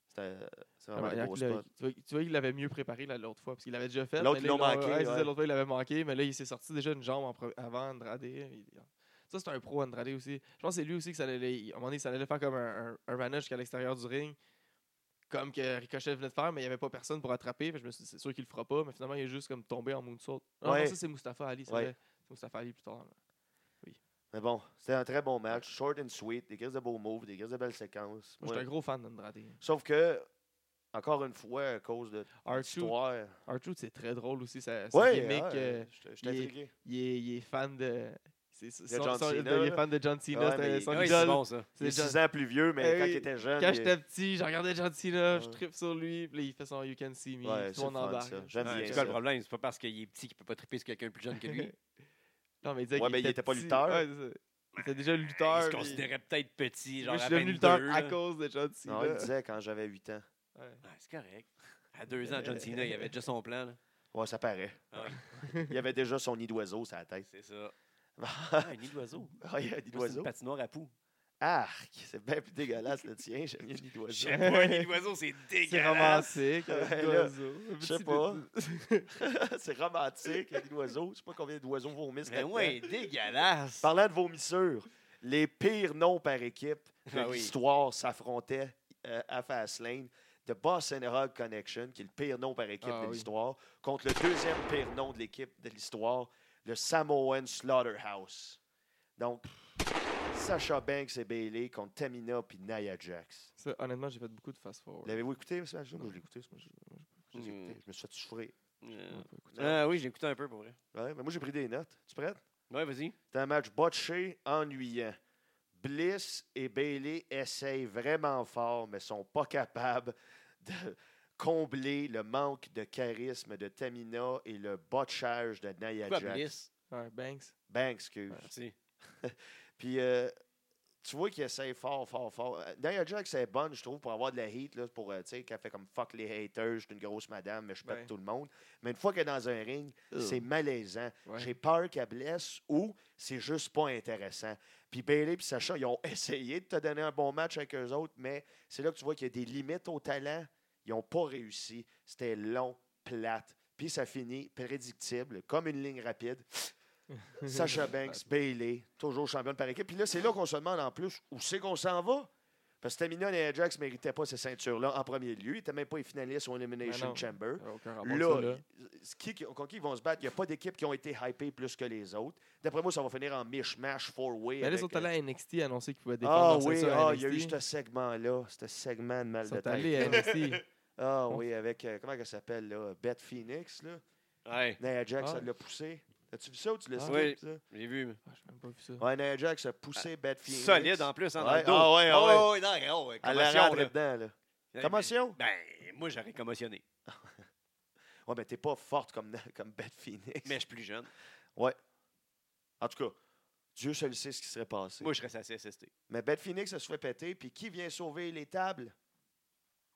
C'était c'est Ah, vraiment ben, un beau là, spot. tu, vois, tu vois, il l'avait mieux préparé là, l'autre fois, parce qu'il l'avait déjà fait. L'autre, mais ils là, l'ont ils l'ont- manqué, ouais, c'est ça, ouais. L'autre fois, il l'avait manqué, mais là, il s'est sorti déjà une jambe en pre- avant Andrade. Il- Ça, c'est un pro Andrade aussi. Je pense que c'est lui aussi que ça allait, à un moment donné, ça allait faire comme un, un, un manège jusqu'à l'extérieur du ring, comme que Ricochet venait de faire, mais il n'y avait pas personne pour attraper. Fait que je me suis dit, c'est sûr qu'il le fera pas, mais finalement, il est juste comme tombé en moonsault. Ah, Non, Ouais. ça, c'est Mustafa Ali. C'est Ouais. vrai. C'est Mustafa Ali plus tard. Mais bon, c'était un très bon match. Short and sweet, des crises de beaux moves, des crises de belles séquences. Moi, je Moi- suis un gros fan d'Andrade. Sauf que, encore une fois, à cause de R2, l'histoire. R2, c'est très drôle aussi. Ça, sa Ouais, gimmick, ouais, euh, j'étais- il j'étais est- intrigué. il est, il est fan de. C'est son- John son- Cena, de- il est là. fan de John Cena. Ouais, c'était mais- son Ah oui, c'est idole. bon, ça. Il est C'est John- 6 ans plus vieux, mais Eh quand oui, il était jeune. Quand il- j'étais petit, je regardais John Cena, je Ouais. tripe sur lui, puis là, il fait son You Can See Me, Ouais, puis c'est tout le monde le fun, embarque. ça. là. J'aime Ouais, bien C'est ça. quoi le problème? C'est pas parce qu'il est petit qu'il peut pas triper sur quelqu'un de plus jeune que lui. non, mais il disait Ouais, qu'il mais il était était pas petit. lutteur. Ouais, c'est ça. il était déjà lutteur. Il se puis- considérait peut-être petit, genre Moi, je à suis peine devenu lutteur deux, à là. cause de John Cena. Non, il me disait quand j'avais 8 ans. Ouais. Ouais, c'est correct. À deux ans, John Cena, il avait déjà son plan. là. Ouais, ça paraît. Ah oui, Il avait déjà son nid d'oiseau sur la tête. c'est ça. ah, Ah, un nid d'oiseau. il y a un nid Moi, C'est une d'oiseau. patinoire à poux. Arc, c'est bien plus dégueulasse le tien. J'aime mieux le nid d'oiseau. J'aime pas un nid d'oiseau, c'est C'est dégueulasse. romantique. un Ouais, petit là, oiseau, un je sais petit pas. peu- c'est romantique, le nid d'oiseau. Je sais pas combien d'oiseaux vomissent. Mais là-dedans. ouais, dégueulasse. Parlant de vomissures, les pires noms par équipe de Ah oui. l'histoire s'affrontaient euh, à Fastlane. The Boss and Hog Connection, qui est le pire nom par équipe Ah de oui. l'histoire, contre le deuxième pire nom de l'équipe de l'histoire, le Samoan Slaughterhouse. Donc, Sasha Banks et Bailey contre Tamina puis Nia Jax. Ça, Honnêtement, j'ai fait beaucoup de fast-forward. L'avez-vous écouté, Hmm. ce match-là? Moi, je l'ai écouté, ce match-là. Je l'ai Mm. écouté. Je me suis fait souffrir. Euh, Ouais. Ah oui, j'ai écouté un peu pour vrai. Ouais, mais moi, j'ai pris des notes. Tu prêtes? Ouais, vas-y. C'est un match botché, ennuyant. Bliss et Bailey essayent vraiment fort, mais sont pas capables de combler le manque de charisme de Tamina et le botchage de Nia Quoi, Jax. Bliss? Ouais, Banks. Banks, excuse. Merci. Puis euh, tu vois qu'il essaie fort, fort, fort. Euh, Nia Jax est bonne, je trouve, pour avoir de la heat, là, pour, euh, tu sais, qu'elle fait comme fuck les haters, je suis une grosse madame, mais je pète Ouais. tout le monde. Mais une fois qu'elle est dans un ring, c'est malaisant. Ouais. J'ai peur qu'elle blesse ou c'est juste pas intéressant. Puis Bailey et Sacha, ils ont essayé de te donner un bon match avec eux autres, mais c'est là que tu vois qu'il y a des limites au talent. Ils n'ont pas réussi. C'était long, plate. Puis ça finit prédictible, comme une ligne rapide. Sacha Banks, Bailey, toujours championne par équipe. Puis là, c'est là qu'on se demande en plus où c'est qu'on s'en va. Parce que Tamina et Ajax ne méritaient pas ces ceintures-là en premier lieu. Ils n'étaient même pas les finalistes au Ben Elimination non. Chamber. Ça n'a aucun rapport, Là, ça, là. il- c'est qui, qui- contre qui ils vont se battre? Il n'y a pas d'équipe qui ont été hypées plus que les autres. D'après moi, ça va finir en mishmash four-way. Mais là, ils avec, sont allés à NXT annoncer qu'ils pouvaient euh, défendre Ah leur oui, ceinture à ah, il y a eu NXT. ce segment-là, ce segment de mal Ils de sont allés hein. à tête. NXT. Ah On- oui, avec, euh, comment elle s'appelle, là? Beth Phoenix, là. Ouais, Nia Jax, Ah. elle l'a poussé. As-tu vu ça ou tu l'as Ah. skip, Oui. ça? j'ai vu. Ah, j'ai même pas vu ça. Ouais, Nia Jax a poussé Beth Phoenix. Solide en plus, hein, dans Ouais, le dos. ah ouais, ah Oh, ouais, non, oh, ouais, Elle l'a commotion, rentré là. dedans, là. Ouais, Commotion? Ben, moi, j'aurais commotionné. Ouais, mais t'es pas forte comme, comme Beth Phoenix. Mais je suis plus jeune. En tout cas, Dieu seul sait ce qui serait passé. Moi, je serais assez SST. Mais Beth Phoenix, elle se fait péter. Puis qui vient sauver les tables?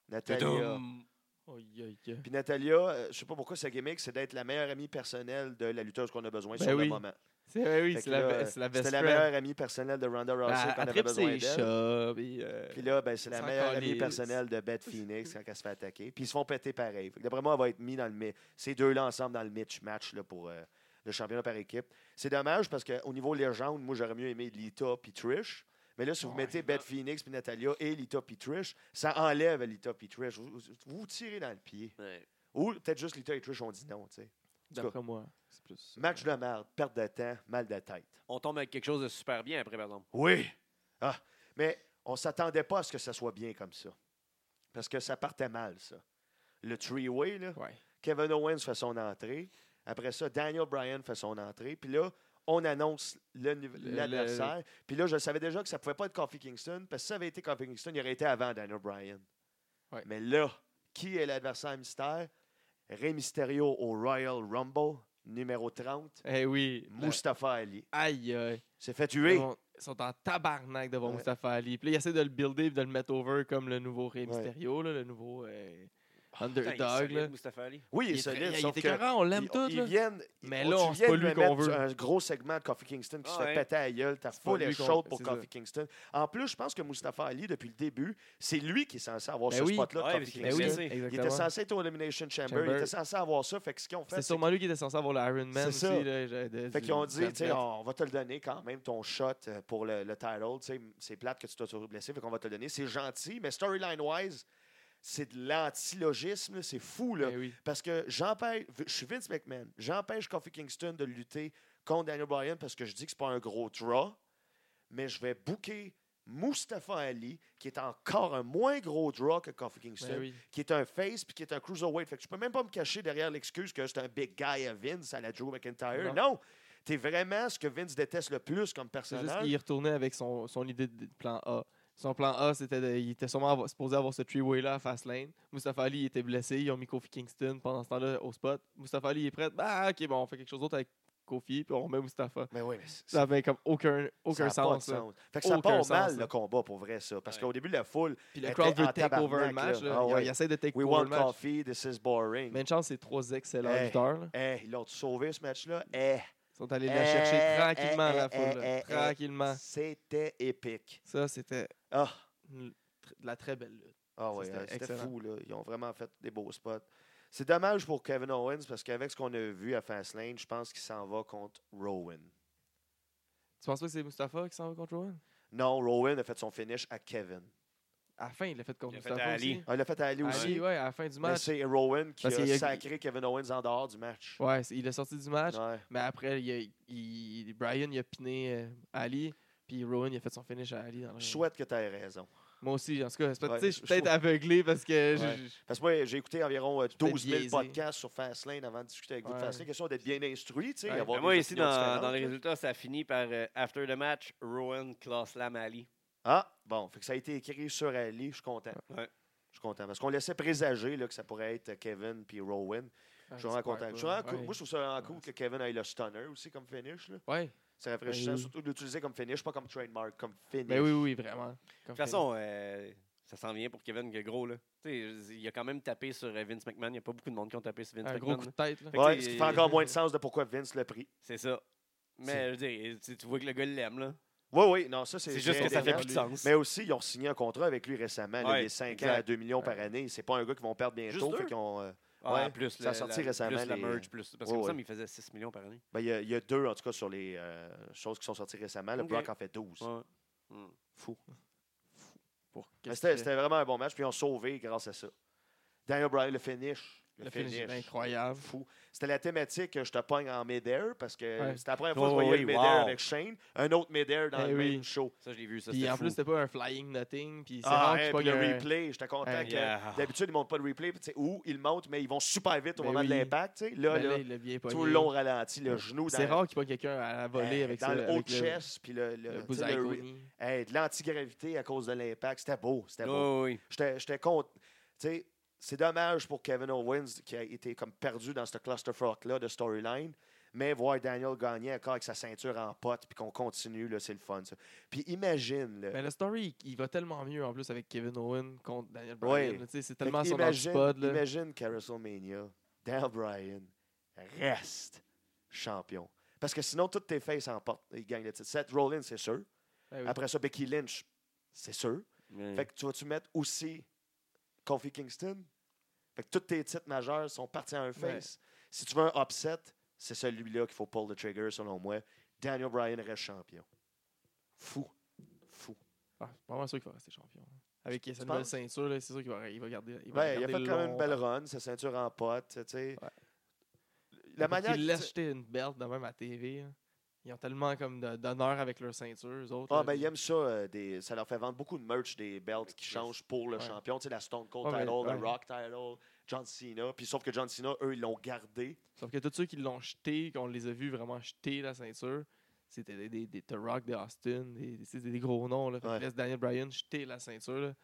Natalia. Tudum. Aïe, aïe, aïe. Puis Natalia, euh, je sais pas pourquoi sa gimmick, c'est d'être la meilleure amie personnelle de la lutteuse qu'on a besoin Ben sur le oui. moment. C'est ouais, oui, Fait c'est que là, la, c'est la best C'était la friend. Bah, meilleure amie personnelle de Ronda Rousey Elle- quand Elle on avait tripe ses besoin d'elle. chats. puis, euh, Puis là, ben, c'est la Sans meilleure amie calice. personnelle de Beth Phoenix quand elle se fait attaquer. Puis ils se font péter pareil. Fait que D'après moi, elle va être mise dans le mi- ces deux-là ensemble dans le Mitch match là, pour euh, le championnat par équipe. C'est dommage parce qu'au niveau légende, moi, j'aurais mieux aimé Lita puis Trish. Mais là, si vous Ouais, mettez ben- Beth Phoenix puis Natalia et Lita puis Trish, ça enlève Lita puis Trish. Vous, vous vous tirez dans le pied. Ouais. Ou peut-être juste Lita et Trish ont dit non. tu sais. D'après moi, c'est plus. euh, Match de merde, perte de temps, mal de tête. On tombe avec quelque chose de super bien après, par exemple. Oui. Ah, mais on ne s'attendait pas à ce que ça soit bien comme ça. Parce que ça partait mal, ça. Le three-way, là, Ouais. Kevin Owens fait son entrée. Après ça, Daniel Bryan fait son entrée. Puis là, on annonce le nu- Le- l'adversaire. Puis là, je savais déjà que ça ne pouvait pas être Kofi Kingston. Parce que si ça avait été Kofi Kingston, il aurait été avant Daniel Bryan. Ouais. Mais là, qui est l'adversaire mystère? Rey Mysterio au Royal Rumble, numéro 30. Eh oui. la- Mustafa Ali. Aïe, aïe. S'est fait tuer. Ils sont- Ils sont en tabarnak devant Ouais. Mustafa Ali. Puis là, ils essaient de le builder et de le mettre over comme le nouveau Rey Ouais. Ah, Mysterio, là, le nouveau euh, Putain, il est Underdog. solide, là. Mustafa Ali. Oui, Il il est est très- solide. il sauf était que- carré, on l'aime Ils- tous. ils là. viennent- Mais on- là, tu on- c'est viens pas de lui me qu'on mettre veut. Un gros segment de Kofi Kingston qui se Ouais. fait péter à la gueule. Ta C'est foule pas est lui qu'on- chaude pour c'est Kofi ça. Kingston. En plus, je pense que Mustafa Ali, depuis le début, c'est lui qui est censé avoir Ben ce oui. spot-là de Ouais, Kofi mais c'est- Ben oui, c'est- Kingston. c'est- exactement. Il était censé être au Elimination Chamber. Il Chamber. était censé avoir ça. Fait que ce qu'ils ont fait, C'est c'est sûrement lui qui était censé avoir le Iron Man C'est aussi. ça. Là, j'ai- ben, de- fait du- qu'ils ont du dit, tu sais, Champion. on va te le donner quand même, ton shot euh, pour le, le title. Tu sais, C'est plate que tu t'as toujours blessé, fait qu'on va te le donner. C'est gentil, mais storyline-wise, c'est de l'antilogisme, là, c'est fou. Là. Ben oui. Parce que j'empêche, je suis Vince McMahon, j'empêche Kofi Kingston de lutter contre Daniel Bryan parce que je dis que c'est pas un gros draw, mais je vais booker Mustafa Ali, qui est encore un moins gros draw que Kofi Kingston, Ben oui. qui est un face puis qui est un cruiserweight. Fait que je peux même pas me cacher derrière l'excuse que c'est un big guy à Vince, à la Drew McIntyre. Non. Non! T'es vraiment ce que Vince déteste le plus comme C'est juste personnage. qu'il retournait avec son, son idée de de plan A. Son plan A, c'était de- il était sûrement avoir- supposé avoir ce three-way-là à Fastlane. Mustafa Ali était blessé, ils ont mis Kofi Kingston pendant ce temps-là au spot. Mustafa Ali est prêt. Bah, ok, bon, on fait quelque chose d'autre avec Kofi, puis on met Mustafa. Mais Ben oui, mais c'est- Ça avait comme aucun, aucun ça a pas de sens. là. Fait que ça Aucun part sens, mal là. le combat pour vrai, ça. Parce Ouais. qu'au début, la foule, Puis le était crowd veut en take over tabarnak, le match. là. Là. Ah il, ouais. il essaie de take We over want le match. coffee, this is boring. Mais une chance, c'est trois excellents Hey. lutteurs. là. Eh, ils l'ont sauvé ce match-là. Eh, Ils sont allés la Hey, chercher tranquillement, hey, la hey, foule. là. hey, hey. Tranquillement. c'était épique. Ça, c'était Ah, une- de la très belle lutte. ah Ça, ouais, c'était hein, c'était excellent. fou. Là. Ils ont vraiment fait des beaux spots. C'est dommage pour Kevin Owens parce qu'avec ce qu'on a vu à Fastlane, je pense qu'il s'en va contre Rowan. Tu penses pas que c'est Mustafa qui s'en va contre Rowan? Non, Rowan a fait son finish à Kevin. À la fin, il l'a fait contre Il l'a fait Mustafa à aussi. Ali. Ah, il l'a fait à Ali aussi. Ali, ouais, à la fin du mais match. c'est Rowan qui Parce qu'il a a- sacré Kevin Owens en dehors du match. Ouais, c'est- il est sorti du match, Ouais. mais après, il a- il- Brian il a piné euh, Ali, puis Rowan il a fait son finish à Ali. Dans le Je souhaite que tu aies raison. Moi aussi, en tout cas, c'est pas- Ouais, tu sais, je suis je peut-être souhaite. aveuglé parce que. Ouais. je- je- Parce que moi, j'ai écouté environ euh, peut-être 12 000 biaisé. podcasts sur Fastlane avant de discuter avec vous de Ouais. Fastlane. Question d'être bien instruit, tu sais. Ouais. avoir Ben, moi, des ici, opinions dans, différentes, dans les là. résultats, ça finit par euh, After the match, Rowan classe Lam Ali. Ah, bon, fait que ça a été écrit sur Ali, je suis content. Ouais. Je suis content parce qu'on laissait présager là, que ça pourrait être Kevin puis Rowan. Je suis Ah, vraiment c'est content. clair, Je suis vraiment cool. ouais. Moi, je trouve ça vraiment Ouais, cool que Kevin ait le stunner aussi comme finish. Là. Ouais. C'est rafraîchissant, oui. surtout de l'utiliser comme finish, pas comme trademark, comme finish. Ben oui, oui, vraiment. De toute façon, euh, ça s'en vient pour Kevin que gros, là. Tu sais, il a quand même tapé sur euh, Vince McMahon. Il n'y a pas beaucoup de monde qui ont tapé sur Vince un McMahon. gros coup de là. tête. là. Fait que Ouais, tu ce sais, qui fait encore moins de sens de pourquoi Vince l'a pris. C'est ça. Mais je veux dire, tu, tu vois que le gars l'aime, là. Oui, oui, non, ça, c'est. C'est juste que c'est ça fait indéniable. plus de sens. Mais aussi, ils ont signé un contrat avec lui récemment, là, Ouais, des 5 exact. ans à 2 millions par Ouais. année. C'est pas un gars qu'ils vont perdre Juste bientôt. deux? Fait qu'ils ont, euh, Ah, ouais, plus ça a le- sorti la- récemment, Plus la les- merge, plus. Parce que Ouais, ça, ouais. il faisait 6 millions par année. ben, il y, a- il y a deux, en tout cas, sur les euh, choses qui sont sorties récemment. Le Ok. Brock en fait 12. Ouais. Hmm. Fou. Pour Mais qu'est-ce C'était qu'il fait? c'était vraiment un bon match, puis ils ont sauvé grâce à ça. Daniel Bryan, le finish. Le, Le finish finish. est incroyable. Fou. C'était la thématique euh, Je te pogne en mid-air parce que Ouais. c'était la première fois Oh, que je voyais le oui, mid-air wow. avec Shane. Un autre mid-air dans Eh le oui. même show. Ça, je l'ai vu, ça. Puis c'était en fou. plus, c'était pas un flying nothing. Puis c'est Ah, rare hey, qu'il puis pogne le un- replay, j'étais content Hey, que yeah. d'habitude, ils montent pas de replay, puis tu sais, ou ils le montent, mais ils vont super vite au Ben moment de oui. l'impact. tu sais. Là, Ben là, là, il l'a bien tout pogné. le long ralenti, le Ouais. genou dans, C'est rare qu'il pogne quelqu'un à la volée euh, avec dans ça, le haut avec de chest, puis le, le- Le tu sais, le re- bullseye Hey, de l'antigravité à cause de l'impact. C'était beau, c'était beau. Oh, oui. J'étais j'étais content. Tu sais, c'est dommage pour Kevin Owens qui a été comme perdu dans ce clusterfuck-là de storyline. Mais voir Daniel gagner encore avec sa ceinture en pote puis qu'on continue, là, c'est le fun. ça. Puis imagine, là, Mais le story, il il va tellement mieux en plus avec Kevin Owen contre Daniel Bryan. Ouais. là, tu sais, C'est Fait tellement que son imagine, antipode. là. Imagine qu'à WrestleMania, Daniel Bryan reste champion. Parce que sinon, toutes tes faces emportent. Ils gagnent le titre. Seth Rollins, c'est sûr. Ben oui. Après ça, Becky Lynch, c'est sûr. Mm. Ouais. Fait que tu vas-tu mettre aussi Kofi Kingston? Fait que tous tes titres majeurs sont partis à un Ouais. face. Si tu veux un upset, c'est celui-là qu'il faut pull the trigger, selon moi. Daniel Bryan reste champion. Fou. Fou. Ah, c'est pas mal sûr qu'il va rester champion. Avec sa Tu nouvelle penses? ceinture, là, c'est sûr qu'il va, il va garder. Il va Ouais, il a garder fait quand même une longtemps. belle run, sa ceinture en pote, tu sais. Ouais. La Faut manière. qu'ils que- laissent jeter une belt de même à TV. hein. Ils ont tellement comme de- d'honneur avec leur ceinture, eux autres. Ah, là. ben, ils aiment ça. euh, des- ça leur fait vendre beaucoup de merch des belts qui changent pour le Ouais. champion. Tu sais, la Stone Cold Ouais, mais- title, la ouais. Rock title, John Cena. Puis sauf que John Cena, eux, ils l'ont gardé. Sauf que tous ceux qui l'ont jeté, qu'on les a vus vraiment jeter la ceinture, c'était des, des, des The Rock, des Austin, des, des- c'était des gros noms. Là. Fait que Ouais. laisse Daniel Bryan jeter la ceinture. Là,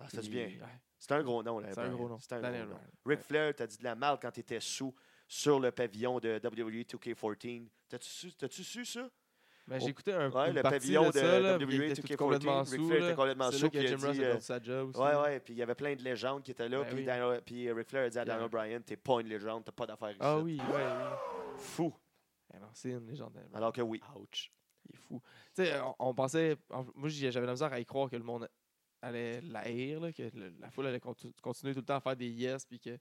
Ah, ça fait du puis- bien. ouais, C'est un gros nom, là. c'est un Brian. gros nom. ben, C'est un Daniel gros nom. Bryan. Ric Flair, t'as dit de la merde quand t'étais sous sur le pavillon de E WWE 2K14. T'as-tu su, t'as-tu su ça? Ben, Oh. J'écoutais un, Ouais, une le partie pavillon de de E, ça, là, WWE puis il était tout 2K14, complètement Ric sous. Flair là. était complètement C'est sous, là que puis il a Jim Ross dit, a euh, perdu sa job aussi. Ouais, là. ouais. Puis il y avait plein de légendes qui étaient là. Ben puis oui. Daniel- puis Ric Flair a dit à Puis, Daniel euh, Bryan, t'es pas une légende, t'as pas d'affaires ici. Ah oui, ouais, oui. Fou. Ah non, C'est une légende. Daniel Bryan. Alors que oui. Ouch. Il est fou. Tu sais, on, on pensait. en- moi, j'y- j'avais la misère à y croire que le monde allait la haïr, là, que le- la foule allait contu- continuer tout le temps à faire des yes, puis que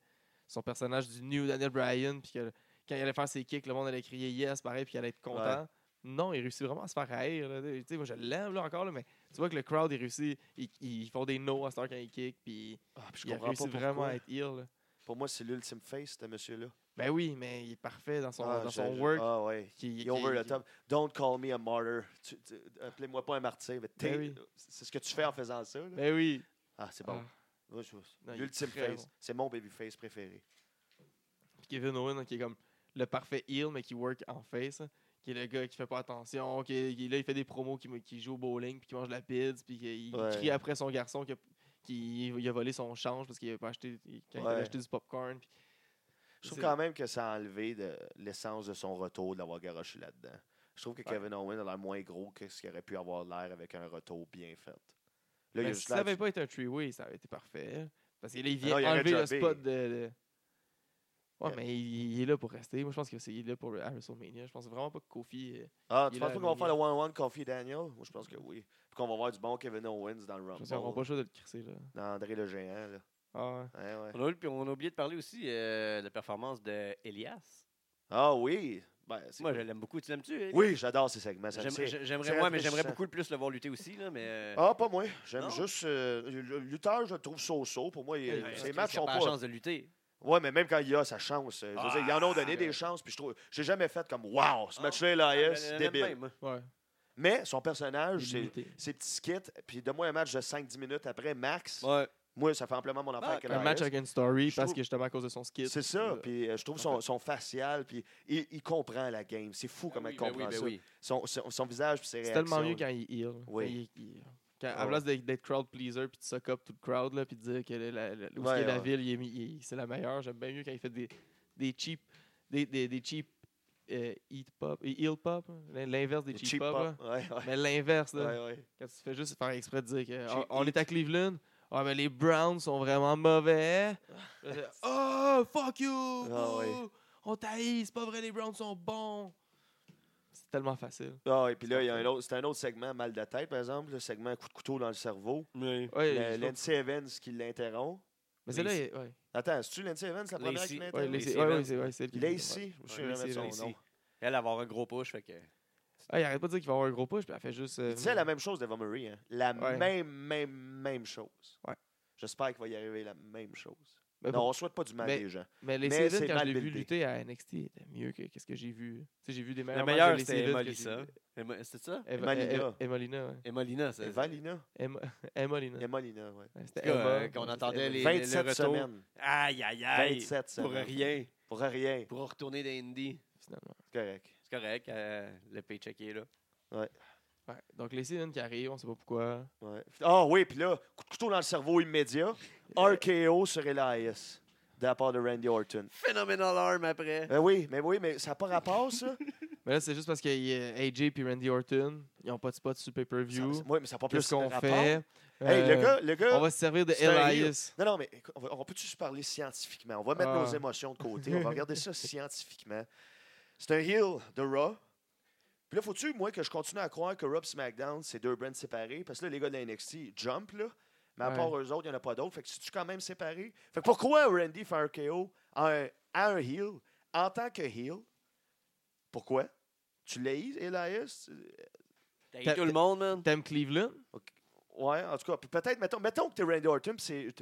son personnage du New Daniel Bryan, puis que quand il allait faire ses kicks, le monde allait crier yes, pareil, puis il allait être content. Non, il réussit vraiment à se faire haïr. là. Tu sais, moi, je l'aime là, encore, là, mais tu vois que le crowd, il réussit. Ils, ils font des no à cette heure quand ils kick, puis Ah, puis je il a comprends réussi pas vraiment pourquoi. à être heal. là. Pour moi, c'est l'ultime face, ce monsieur-là. Ben oui, mais il est parfait dans son, Ah, dans je- son je- work. Ah, ouais. qui- Il qui- est over the qui- top. Don't call me a martyr. Tu- tu- Appelez-moi pas un martyr. mais t'es- Ben oui. C'est ce que tu fais en faisant ça. là. Ben oui. Ah, c'est bon. Ah. Moi, je- il est L'ultime très face. bon. C'est mon babyface préféré. Puis Kevin Owen, hein, qui est comme le parfait heel, mais qui work en face. hein, Qui est le gars qui fait pas attention, qui, qui- là, il fait des promos, qui, qui joue au bowling, puis qui mange de la pizza, puis qui- il Ouais. crie après son garçon qui a, qui- il a volé son change parce qu'il avait pas acheté, il- quand il Ouais. avait acheté du popcorn. puis- Je trouve C'est- quand même que ça a enlevé de l'essence de son retour de l'avoir garoché là-dedans. Je trouve que Ouais. Kevin Owen a l'air moins gros que ce qu'il aurait pu avoir l'air avec un retour bien fait. Là, il a Mais Ben, si juste ça l'air avait pas été un three-way, ça avait été parfait. hein, Parce que là, il Ah vient non, il aurait enlever le jobé. spot de. de- Ouais, Euh. mais il, il est là pour rester. Moi, je pense qu'il est là pour à WrestleMania. Je pense vraiment pas que Kofi. euh, Ah, Il tu est penses là, pas qu'on va faire le Mania. one-one Coffee Daniel? Moi, je pense que oui. Puis qu'on va voir du bon Kevin Owens dans le je pense qu'ils n'auront pas Rumble. le choix de le crisser. Là. Dans André le Géant, là. Ah, ouais. Hein, ouais. On a, puis on a oublié de parler aussi euh, de la performance de Elias. Ah oui! Ben, c'est- Moi, je l'aime beaucoup. Tu l'aimes-tu? Elias? oui, j'adore ces segments. ça me J'aime- sait. j'ai- c'est J'aimerais, moi, mais j'aimerais rafraîchissant. beaucoup le plus le voir lutter aussi, là, mais... euh, Ah, pas moi. J'aime Non? juste. euh, le lutteur, je le trouve so-so. Pour moi, il- Ouais, parce ses qu'il a matchs sont pas pas. la chance de lutter. Ouais, mais même quand il a sa chance, euh, je veux dire, ils en ont donné Ah! des chances. Puis je trouve. J'ai jamais fait comme Wow, ce Ah, match-là, Elias, Je c'est l'aime débile. même. Ouais. Mais son il personnage, est ses, limité. ses petits skits, puis donne-moi un match de 5-10 minutes après, max. Ouais. Moi, ça fait amplement mon Ah, affaire avec un match Elias. avec une story Je parce trouve- que justement à cause de son skit. C'est ça. Euh, Puis euh, je trouve son, son facial, puis il, il comprend la game. C'est fou comment Ah oui, il ben oui, comprend ben ça. oui. Son, son, son visage, puis ses c'est réactions. tellement mieux quand il heal. Quand Oui. il- il- quand- Ah À place d'être d'être crowd pleaser puis de suck up tout le crowd là, puis de dire que la, la, la- où Ouais, est la ouais. ville, il est mis- il- c'est la meilleure. J'aime bien mieux quand il fait des, des cheap, des, des, des cheap euh, eat pop, et heal pop, hein, l'in- l'inverse des Le cheap, cheap pop. pop. là. hein. Ouais, ouais. Mais l'inverse, là, Ouais, ouais. quand tu fais juste faire exprès de dire que Cheap ah, on est à Cleveland, ah mais les Browns sont vraiment mauvais. Là, c'est, oh fuck you, Ah, ouais. boo! on taille, c'est pas vrai les Browns sont bons. C'est tellement facile. Ah, et puis là, il y a un autre, c'est un autre segment mal de tête, par exemple, le segment coup de couteau dans le cerveau. Euh, Ouais, Le- je trouve- Lindsay Evans qui l'interrompt. Mais c'est là, il- ouais. Attends, c'est-tu Lindsay Evans la première Lacey, qui ouais, Ouais, l'interrompt? Lacey. Lacey Lacey- ouais, Evans. ouais, c'est- ouais, c'est elle qui- Lacey, je me Ouais, souviens jamais de Lacey, son nom. Elle, avoir un gros push, fait que... Ah, il arrête pas de dire qu'il va avoir un gros push, puis elle fait juste. euh, Tu sais, la même chose d'Eva Murray. Hein? La Ouais. même, même, même chose. Ouais. J'espère qu'il va y arriver la même chose. Ben, Mais, non, on souhaite pas du mal Mais- des gens. mais mais Lacey Evans, c'est quand mal je l'ai vu buildé. lutter à NXT, il était mieux que quest ce que j'ai vu. Tu sais, j'ai vu des Le meilleurs. meilleur, matchs de Lacey c'était Evans que euh, Emolissa. C'était ça? j'ai vus. Emma- Emalina. Em- Emalina, ouais. Emolina, c'est ça. Valina? Emma- Emalina. Et Molina, ouais. Ouais, C'était En tout cas, euh, Emma. qu'on Ouais, c'était entendait Emma. les- le 27 retour. semaines. Aïe, aïe, aïe. 27 Pour semaines. rien. Pour rien. Pour retourner des Indies. Finalement. C'est correct. C'est correct, euh, le paycheck est là. Ouais. Donc, Lacey Evans qui arrive, on sait pas pourquoi. Ouais. Ah oui, puis là, coup de couteau dans le cerveau immédiat. Euh. RKO sur Elias de la part de Randy Orton. Phenomenal arm après. Ben oui, mais oui, mais ça n'a pas rapport, ça. Mais là, c'est juste parce que euh, AJ et Randy Orton, ils ont pas de spot sur pay-per-view. Ça- Oui, mais ça n'a pas plus Qu'est-ce qu'on rapport. fait? Hey, Euh, le gars, le gars. On va se servir de c'est un heel. Elias. Non, non, mais écoute, on, va- on peut-tu se parler scientifiquement? On va mettre Ah. nos émotions de côté. On va regarder ça scientifiquement. C'est un heel de Raw Puis là, faut-tu, moi, que je continue à croire que Rob SmackDown, c'est deux brands séparés? Parce que là, les gars de la NXT, ils jump, là. Mais à Ouais. part eux autres, il n'y en a pas d'autres. Fait que c'est-tu quand même séparé? Fait que pourquoi Randy fait un KO à un, à un heel, en tant que heel? Pourquoi? Tu l'as, Elias? T'as T'as- eu tout le monde, man. T'aimes Cleveland? Ouais, en tout cas, puis peut-être, mettons, mettons que t'es Randy Orton, puis c'est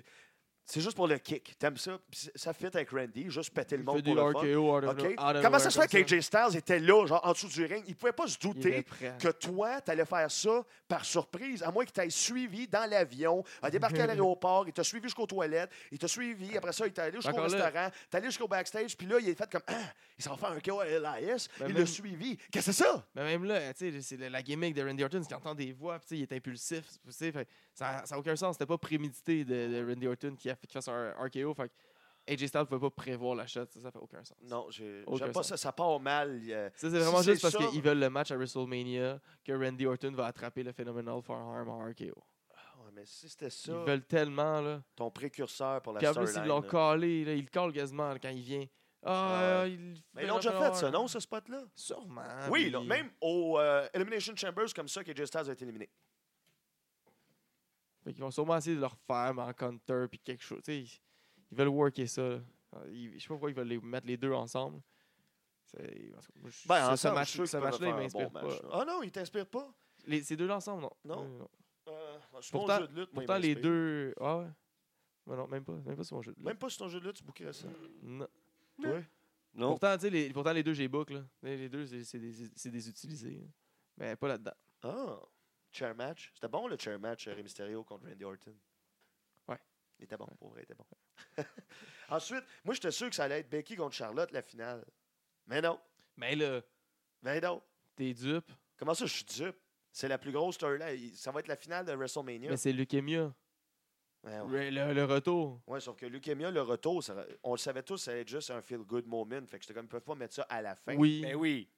c'est juste pour le kick. T'aimes ça? puis c'est- ça fit avec Randy, juste péter le Il fait monde des pour le fun. RKO out of OK? no- out of Comment ça nowhere se fait comme qu'AJ Styles était là, genre en dessous du ring? Il pouvait pas se Il était douter prêt. que toi, tu allais faire ça par surprise, à moins que tu aies suivi dans l'avion, a débarqué à l'aéroport, il t'a suivi jusqu'aux toilettes, il t'a suivi, après ça, il t'a allé jusqu'au Encore là. restaurant, t'es allé jusqu'au backstage, puis là, il est fait comme Ah, il s'en fait un KO à LIS, Ben il même- l'a suivi. Qu'est-ce que c'est ça? Mais même là, tu sais, c'est la- la gimmick de Randy Orton, c'est qu'il entend des voix, puis tu sais, il est impulsif. tu sais, fait, ça n'a aucun sens. C'était pas prémédité de, de Randy Orton qui a fait qu'il fasse un RKO. Fait que AJ Styles pouvait pas prévoir la shot. Ça, ça fait aucun sens. Non, j'ai- Aucun j'aime pas sens. ça, ça part mal. euh, Ça, c'est vraiment Si c'est juste parce ça- qu'ils veulent le match à WrestleMania que Randy Orton va attraper le Phenomenal Firearm en RKO. ouais, mais si c'était ça, Ils veulent tellement, là. ton précurseur pour la Puis en plus, ils l'ont storyline. là. collé, là. Ils le collent quasiment là, quand il vient. Ah, Ouais. il Mais ils l'ont déjà fait, hein. ça, non, ce spot-là? Sûrement. oui, mais- là, même au euh, Elimination Chambers, comme ça, qu'AJ Styles a été éliminé. Fait qu'ils vont sûrement essayer de leur faire, mais en counter, puis quelque chose. Tu sais, ils- ils veulent worker ça. là. Euh, ils- Je sais pas pourquoi ils veulent les mettre les deux ensemble. C'est- en tout cas, moi, je- ce- Ben, ce ensemble, match- je suis ce sûr qu'ils peuvent match-là, il faire un m'inspire bon pas. match, là. Ah non, il t'inspire pas? Les- Ces deux-là ensemble, non. Non. Euh, Euh, c'est mon Pourtant, jeu de lutte, moi, il pourtant, les m'inspire. deux. Ah ouais. Mais non, même pas. Même pas sur mon jeu. de lutte. Même pas si ton jeu de lutte, tu bouquerais ça. Non. Toi? Non. Pourtant, tu sais, les, pourtant, les deux, j'ai book. Là. Les les deux, c'est c'est des, c'est des utilisés. là. Mais pas là-dedans. Ah! Chair match. C'était bon le chair match, Rey Mysterio contre Randy Orton. Ouais. Il était bon, pour vrai, il était bon. Ensuite, moi, j'étais sûr que ça allait être Becky contre Charlotte, la finale. Mais non. Mais là, Mais non. t'es dupe. Comment ça, je suis dupe? C'est la plus grosse storyline. Ça va être la finale de WrestleMania. Mais c'est Leukemia. Ouais, ouais. Le, le- le retour. Ouais, sauf que Leukemia, le retour, ça- on le savait tous, ça allait être juste un feel-good moment. Fait que j'étais comme, ils peuvent pas mettre ça à la fin. Oui. Ben oui.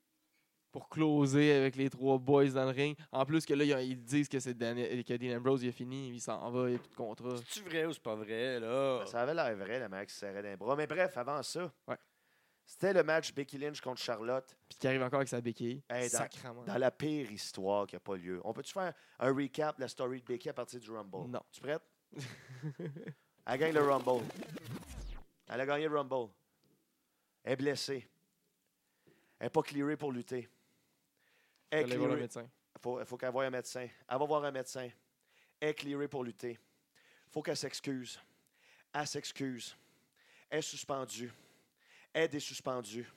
pour closer avec les trois boys dans le ring. En plus que là, ils ont- ils disent que c'est Daniel- que Dean Ambrose il a fini, il s'en va, il n'y a plus de contrat. C'est-tu vrai ou c'est pas vrai, là? Ça avait l'air vrai, la Max serrait d'un bras. Mais bref, avant ça, Ouais. c'était le match Becky Lynch contre Charlotte. Puis qui arrive encore avec sa béquille. Hey, dans- Sacrement. dans la pire histoire qui n'a pas lieu. On peut-tu faire un recap de la story de Becky à partir du Rumble? Non. Tu prête? Elle gagne le Rumble. Elle a gagné le Rumble. Elle est blessée. Elle n'est pas clearée pour lutter. Elle est Allez voir le clearée. médecin. Il faut, faut qu'elle voie un médecin. Elle va voir un médecin. Elle est clearée pour lutter. faut qu'elle s'excuse. Elle s'excuse. Elle est suspendue. Elle est désuspendue.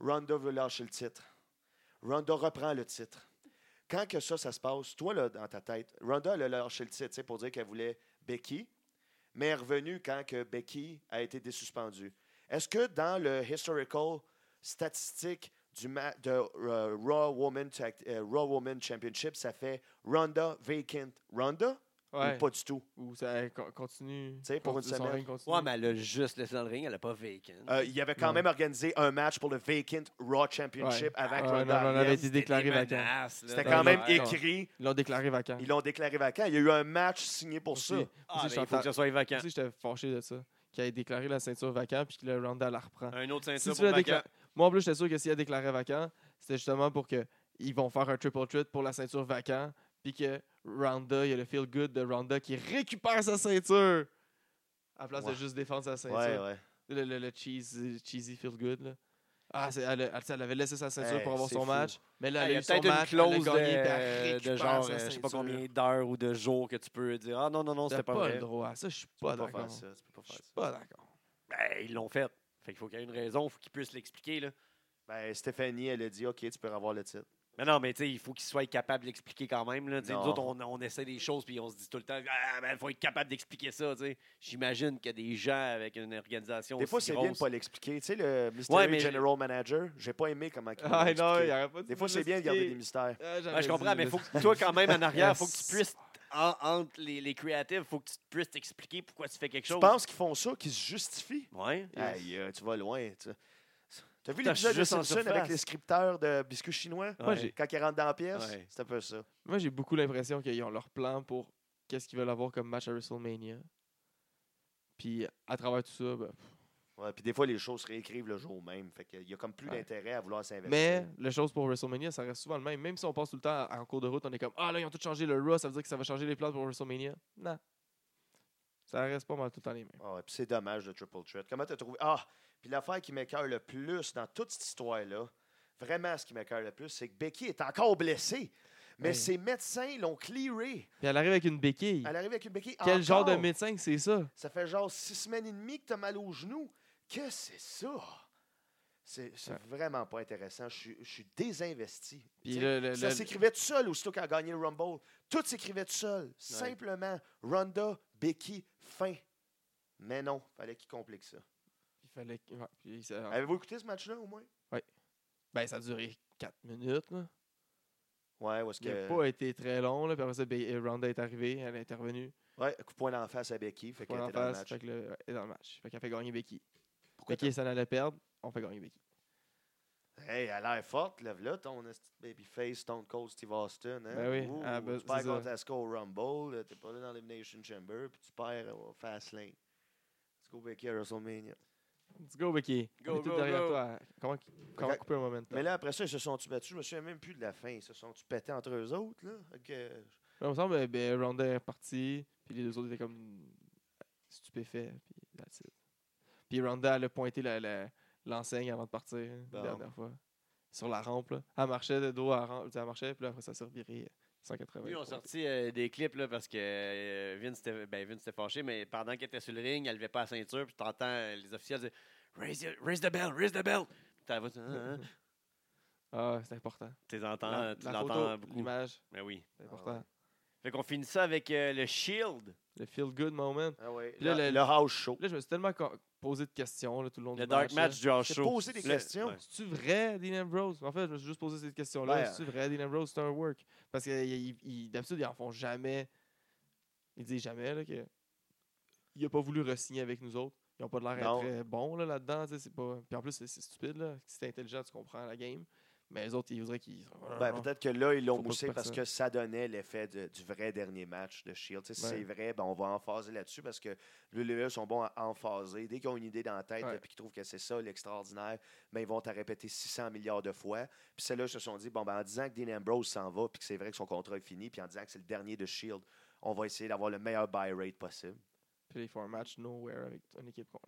Ronda veut lâcher le titre. Ronda reprend le titre. Quand que ça, ça se passe, toi, là, dans ta tête, Ronda, elle a lâché le titre tu sais, pour dire qu'elle voulait Becky, mais elle est revenue quand que Becky a été désuspendue. Est-ce que dans le historical statistique du ma- de euh, Raw, Woman Ta- euh, Raw Woman Championship, ça fait Ronda vacant Ronda Ouais. ou pas du tout? Ou ça euh, co- continue. Tu sais, pour Continue, une son semaine. règne continue. Ouais, mais elle a juste laissé dans le ring, elle a pas vacant. Ah, Euh, il avait quand Ouais. même organisé un match pour le vacant Raw Championship Ouais, avec non, Ronda. non, on avait arrivienne. été déclaré vacant. dans C'était quand le même Ah, Raw. écrit. Ils l'ont déclaré vacant. Ils l'ont déclaré vacant. Il y a eu un match signé pour ça. Aussi- Ah, aussi, mais il je faut que t'entends- ce soit vacant. aussi, j'étais fâché de ça. Qu'il ait déclaré la ceinture vacant, puis que le Ronda la reprend. Un autre Si ceinture tu pour l'as vacant. décla- Moi, en plus, j'étais sûr que s'il a déclaré vacant, c'était justement pour que ils vont faire un triple threat pour la ceinture vacant, puis que Ronda, il y a le feel good de Ronda qui récupère sa ceinture à place Ouais. de juste défendre sa ceinture. Ouais, ouais. Le, le- le cheesy, cheesy feel good. Là. Ah, c'est- elle, a- elle- elle avait laissé sa ceinture Hey, pour avoir c'est son fou. match, mais là, Ah, elle Il y a a eu son peut-être une match, elle a clause gagné, puis de, elle de récupère genre, sa euh, je sais pas ceinture. combien d'heures ou de jours que tu peux dire Ah non, non, non, T'as c'était pas, pas vrai. le droit à ça, je suis Tu pas peux pas d'accord. faire ça. Tu peux pas Je faire suis ça. pas d'accord. Ben, ils l'ont fait. Fait qu'il faut qu'il y ait une raison, il faut qu'ils puissent l'expliquer. Là. Ben, Stéphanie, elle a dit OK, tu peux avoir le titre. Mais non, mais tu sais, il faut qu'ils soient capables de l'expliquer quand même. Là. Tu sais, Nous Non. autres, on, on essaie des choses puis on se dit tout le temps Ah, ben, il faut être capable d'expliquer ça. tu sais. J'imagine qu'il y a des gens avec une organisation. Des fois, aussi c'est bien de grosse. pas l'expliquer. Tu sais, le Mystery mais- General Manager, j'ai pas aimé comment il Ah, non, il aurait pas dû Des fois, nous c'est bien de garder des expliquer. mystères. Ah, Ben, j'aurais je dû comprends, nous mais le- faut que toi, quand même, en arrière, Yes. faut que tu puisses, en- entre les, les creatives, faut que tu puisses t'expliquer pourquoi tu fais quelque Tu chose. penses qu'ils font ça, qu'ils se justifient? Ouais. Yes. Aïe, euh, tu vas loin. Tu as vu Putain, l'épisode je suis de juste en Simpson avec surface. les scripteurs de biscuits chinois? Ouais. Moi, j'ai- Quand ils rentrent dans la pièce? Ouais. C'est un peu ça. Moi, j'ai beaucoup l'impression qu'ils ont leur plan pour qu'est-ce qu'ils veulent avoir comme match à WrestleMania. Puis à travers tout ça, ben, pff, Ouais, puis des fois, les choses se réécrivent le jour même. Fait qu'il y a comme plus Ouais. d'intérêt à vouloir s'investir. Mais la chose pour WrestleMania, ça reste souvent le même. Même si on passe tout le temps en cours de route, on est comme Ah là, ils ont tout changé le Raw, ça veut dire que ça va changer les plans pour WrestleMania. Non. Ça reste pas mal tout le temps les mêmes. Ah ouais, puis c'est dommage de Triple Threat. Comment t'as trouvé. Ah, puis l'affaire qui m'écœure le plus dans toute cette histoire-là, vraiment ce qui m'écœure le plus, c'est que Becky est encore blessée. Mais Oui. ses médecins l'ont clearé. Puis elle arrive avec une béquille. Elle arrive avec une béquille. Quel genre de encore. médecin que c'est ça? Ça fait genre six semaines et demie que t'as mal au genou. Que c'est ça? C'est c'est Ouais. vraiment pas intéressant. Je suis- je suis désinvesti. Puis Tu sais, le- le- ça le- s'écrivait tout seul aussitôt qu'elle a gagné le Rumble. Tout s'écrivait tout seul. Simplement, Ronda, Becky, fin. Mais non, fallait qu'il complique ça. Il fallait. que- ouais, puis ça... Avez-vous écouté ce match-là au moins? Ben, ça a duré 4 minutes. Là. Ouais, parce Il n'a que. pas été très long. Là. Puis après ça, ben, Ronda est arrivée, elle est intervenue. Ouais, coup de poing d'en face à Becky. Fait qu'elle Point en était dans le face, match. fait que le- ouais, elle est dans le match. Fait qu'elle fait gagner Becky. Pourquoi Becky, ça allait perdre, on fait gagner Becky. Hey, elle a l'air forte, lève-là, ton esti de babyface, Stone Cold Steve Austin. Hein? Ben oui, Ouh, ah, ben, tu perds c'est ça. contre Asuka au Rumble, euh, t'es pas là dans l'Elimination Chamber, puis tu perds au Fastlane. Let's go Becky à WrestleMania. Let's go, Becky. Go, on est tous go, derrière go. toi. Comment, comment Fait que- couper un moment Mais là, après ça, ils se sont-tu battus? Je me souviens même plus de la fin. Ils se sont-tu pétés entre eux autres? Là? Fait que- Il me semble ben, Ronda est partie, puis les deux autres étaient comme stupéfaits, puis that's it. Puis Ronda, elle a pointé la- la- l'enseigne avant de partir, Bon. la dernière fois, sur la rampe. Là. Elle marchait de dos à la rampe, elle marchait, puis là, après ça s'est reviré euh, 180. Lui, on pour- sorti euh, des clips là, parce que euh, Vince était ben, Vince était fâché, mais pendant qu'il était sur le ring, elle levait pas la ceinture, puis t'entends euh, les officiels dire raise, your- raise the bell, raise the bell. Puis t'as la voix, tu- hein, hein. Ah, c'est important. Tu les entends, La- tu la l'entends photo, beaucoup. Ah L'image, Mais Ben oui. c'est important. ouais. Fait qu'on finit ça avec euh, le Shield, Le feel-good moment. Ah ouais, Puis là, le, le- le house show. Là, je me suis tellement co- posé de questions là, tout le long le du Dark match. là. Match du House J'ai Show. posé des Le- questions. ouais. C'est-tu vrai, Dean Ambrose? En fait, je me suis juste posé cette question-là. Ben, C'est-tu vrai, Dean Ambrose, c'est un work? Parce que euh, il- il- d'habitude, ils en font jamais. Ils disent jamais là, que il a pas voulu re-signer avec nous autres. Ils n'ont pas de l'air Non. à très bons là, là-dedans. tu sais, c'est pas... Puis en plus, c'est c'est stupide. Là. Si t'es intelligent, tu comprends la game. Mais les autres, ils voudraient qu'ils. Ben, peut-être que là, ils l'ont Faut pas moussé que parce personne- que ça donnait l'effet de- du vrai dernier match de Shield. Tu sais, Si Ouais. c'est vrai, ben, on va emphaser là-dessus parce que l'ULE sont bons à emphaser. Dès qu'ils ont une idée dans la tête Ouais. et qu'ils trouvent que c'est ça, l'extraordinaire, ben, ils vont te répéter 600 milliards de fois. Puis ceux-là ils se sont dit, bon, ben, en disant que Dean Ambrose s'en va puis que c'est vrai que son contrat est fini, puis en disant que c'est le dernier de Shield, on va essayer d'avoir le meilleur buy rate possible, Puis là, ils font un match nowhere avec une équipe qu'on-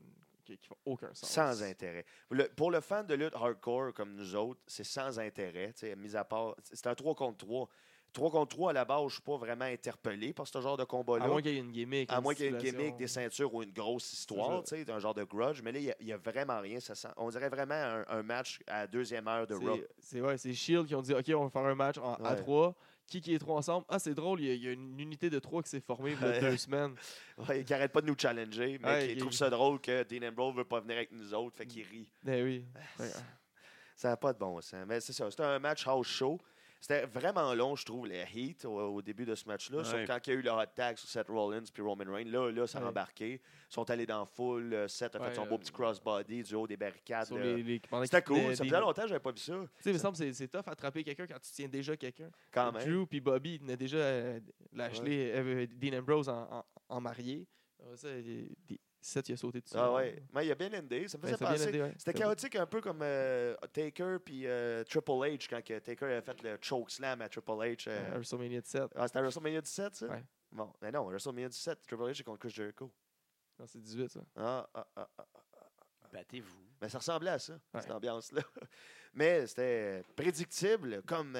qui, qui fait aucun sens. sans intérêt. Le- pour le fan de lutte hardcore comme nous autres, c'est sans intérêt, tu sais, mis à part. C'est un 3 contre 3. 3 contre 3, à la base, je ne suis pas vraiment interpellé par ce genre de combat-là. À moins qu'il y ait une gimmick. À moins qu'il y ait une gimmick, stipulation. des ceintures ou une grosse histoire, tu C'est sais, d'un genre de grudge. Mais là, il n'y a, vraiment rien. Ça sent- on dirait vraiment un, un match à la deuxième heure de C'est- Raw. C'est ouais, c'est Shield qui ont dit OK, on va faire un match en- à Ouais. trois. Qui qui est trois ensemble Ah, c'est drôle, il y, a- il y a une unité de trois qui s'est formée il y Ouais. a deux semaines. Ouais, qui n'arrête pas de nous challenger, mais Ouais, qui il- trouve ça drôle que Dean Ambrose ne veut pas venir avec nous autres, fait qu'il rit. Eh oui. Ouais. Ça n'a pas de bon sens. Mais c'est ça, c'était un match house show. C'était vraiment long, je trouve, les hits au, au début de ce match-là. Sauf Ouais. quand il y a eu le hot tag sur Seth Rollins puis Roman Reigns, là, là, ça a Ouais. embarqué. Ils sont allés dans full. euh, Seth a fait Ouais, son le- beau petit crossbody du haut des barricades. Sur Ah, là. les- les- pendant C'était qu'ils tenaient cool. Ça des- faisait longtemps que je pas vu ça, Tu sais, il me semble que c'est- c'est tough attraper quelqu'un quand tu tiens déjà quelqu'un. quand même. Drew puis Bobby, ils tenaient déjà euh, Lashley, euh, Dean Ambrose en, en- en marié. Après ça, il- il- Seth, il a sauté dessus. Ah ouais, mais il a bien endé, ça me Ben, faisait ça a bien penser. aidé, ouais. C'était Ça- chaotique un peu comme euh, Taker puis euh, Triple H quand que Taker avait fait le choke slam à Triple H. euh. euh, WrestleMania 17. Ah, c'était à WrestleMania 17 ça Ouais. Bon, mais non, WrestleMania 17, Triple H est contre Chris Jericho. Non, c'est 18, ça. Ah, ah, ah, ah. Battez-vous. Mais ça ressemblait à ça, Ouais. cette ambiance-là. Mais c'était prédictible, comme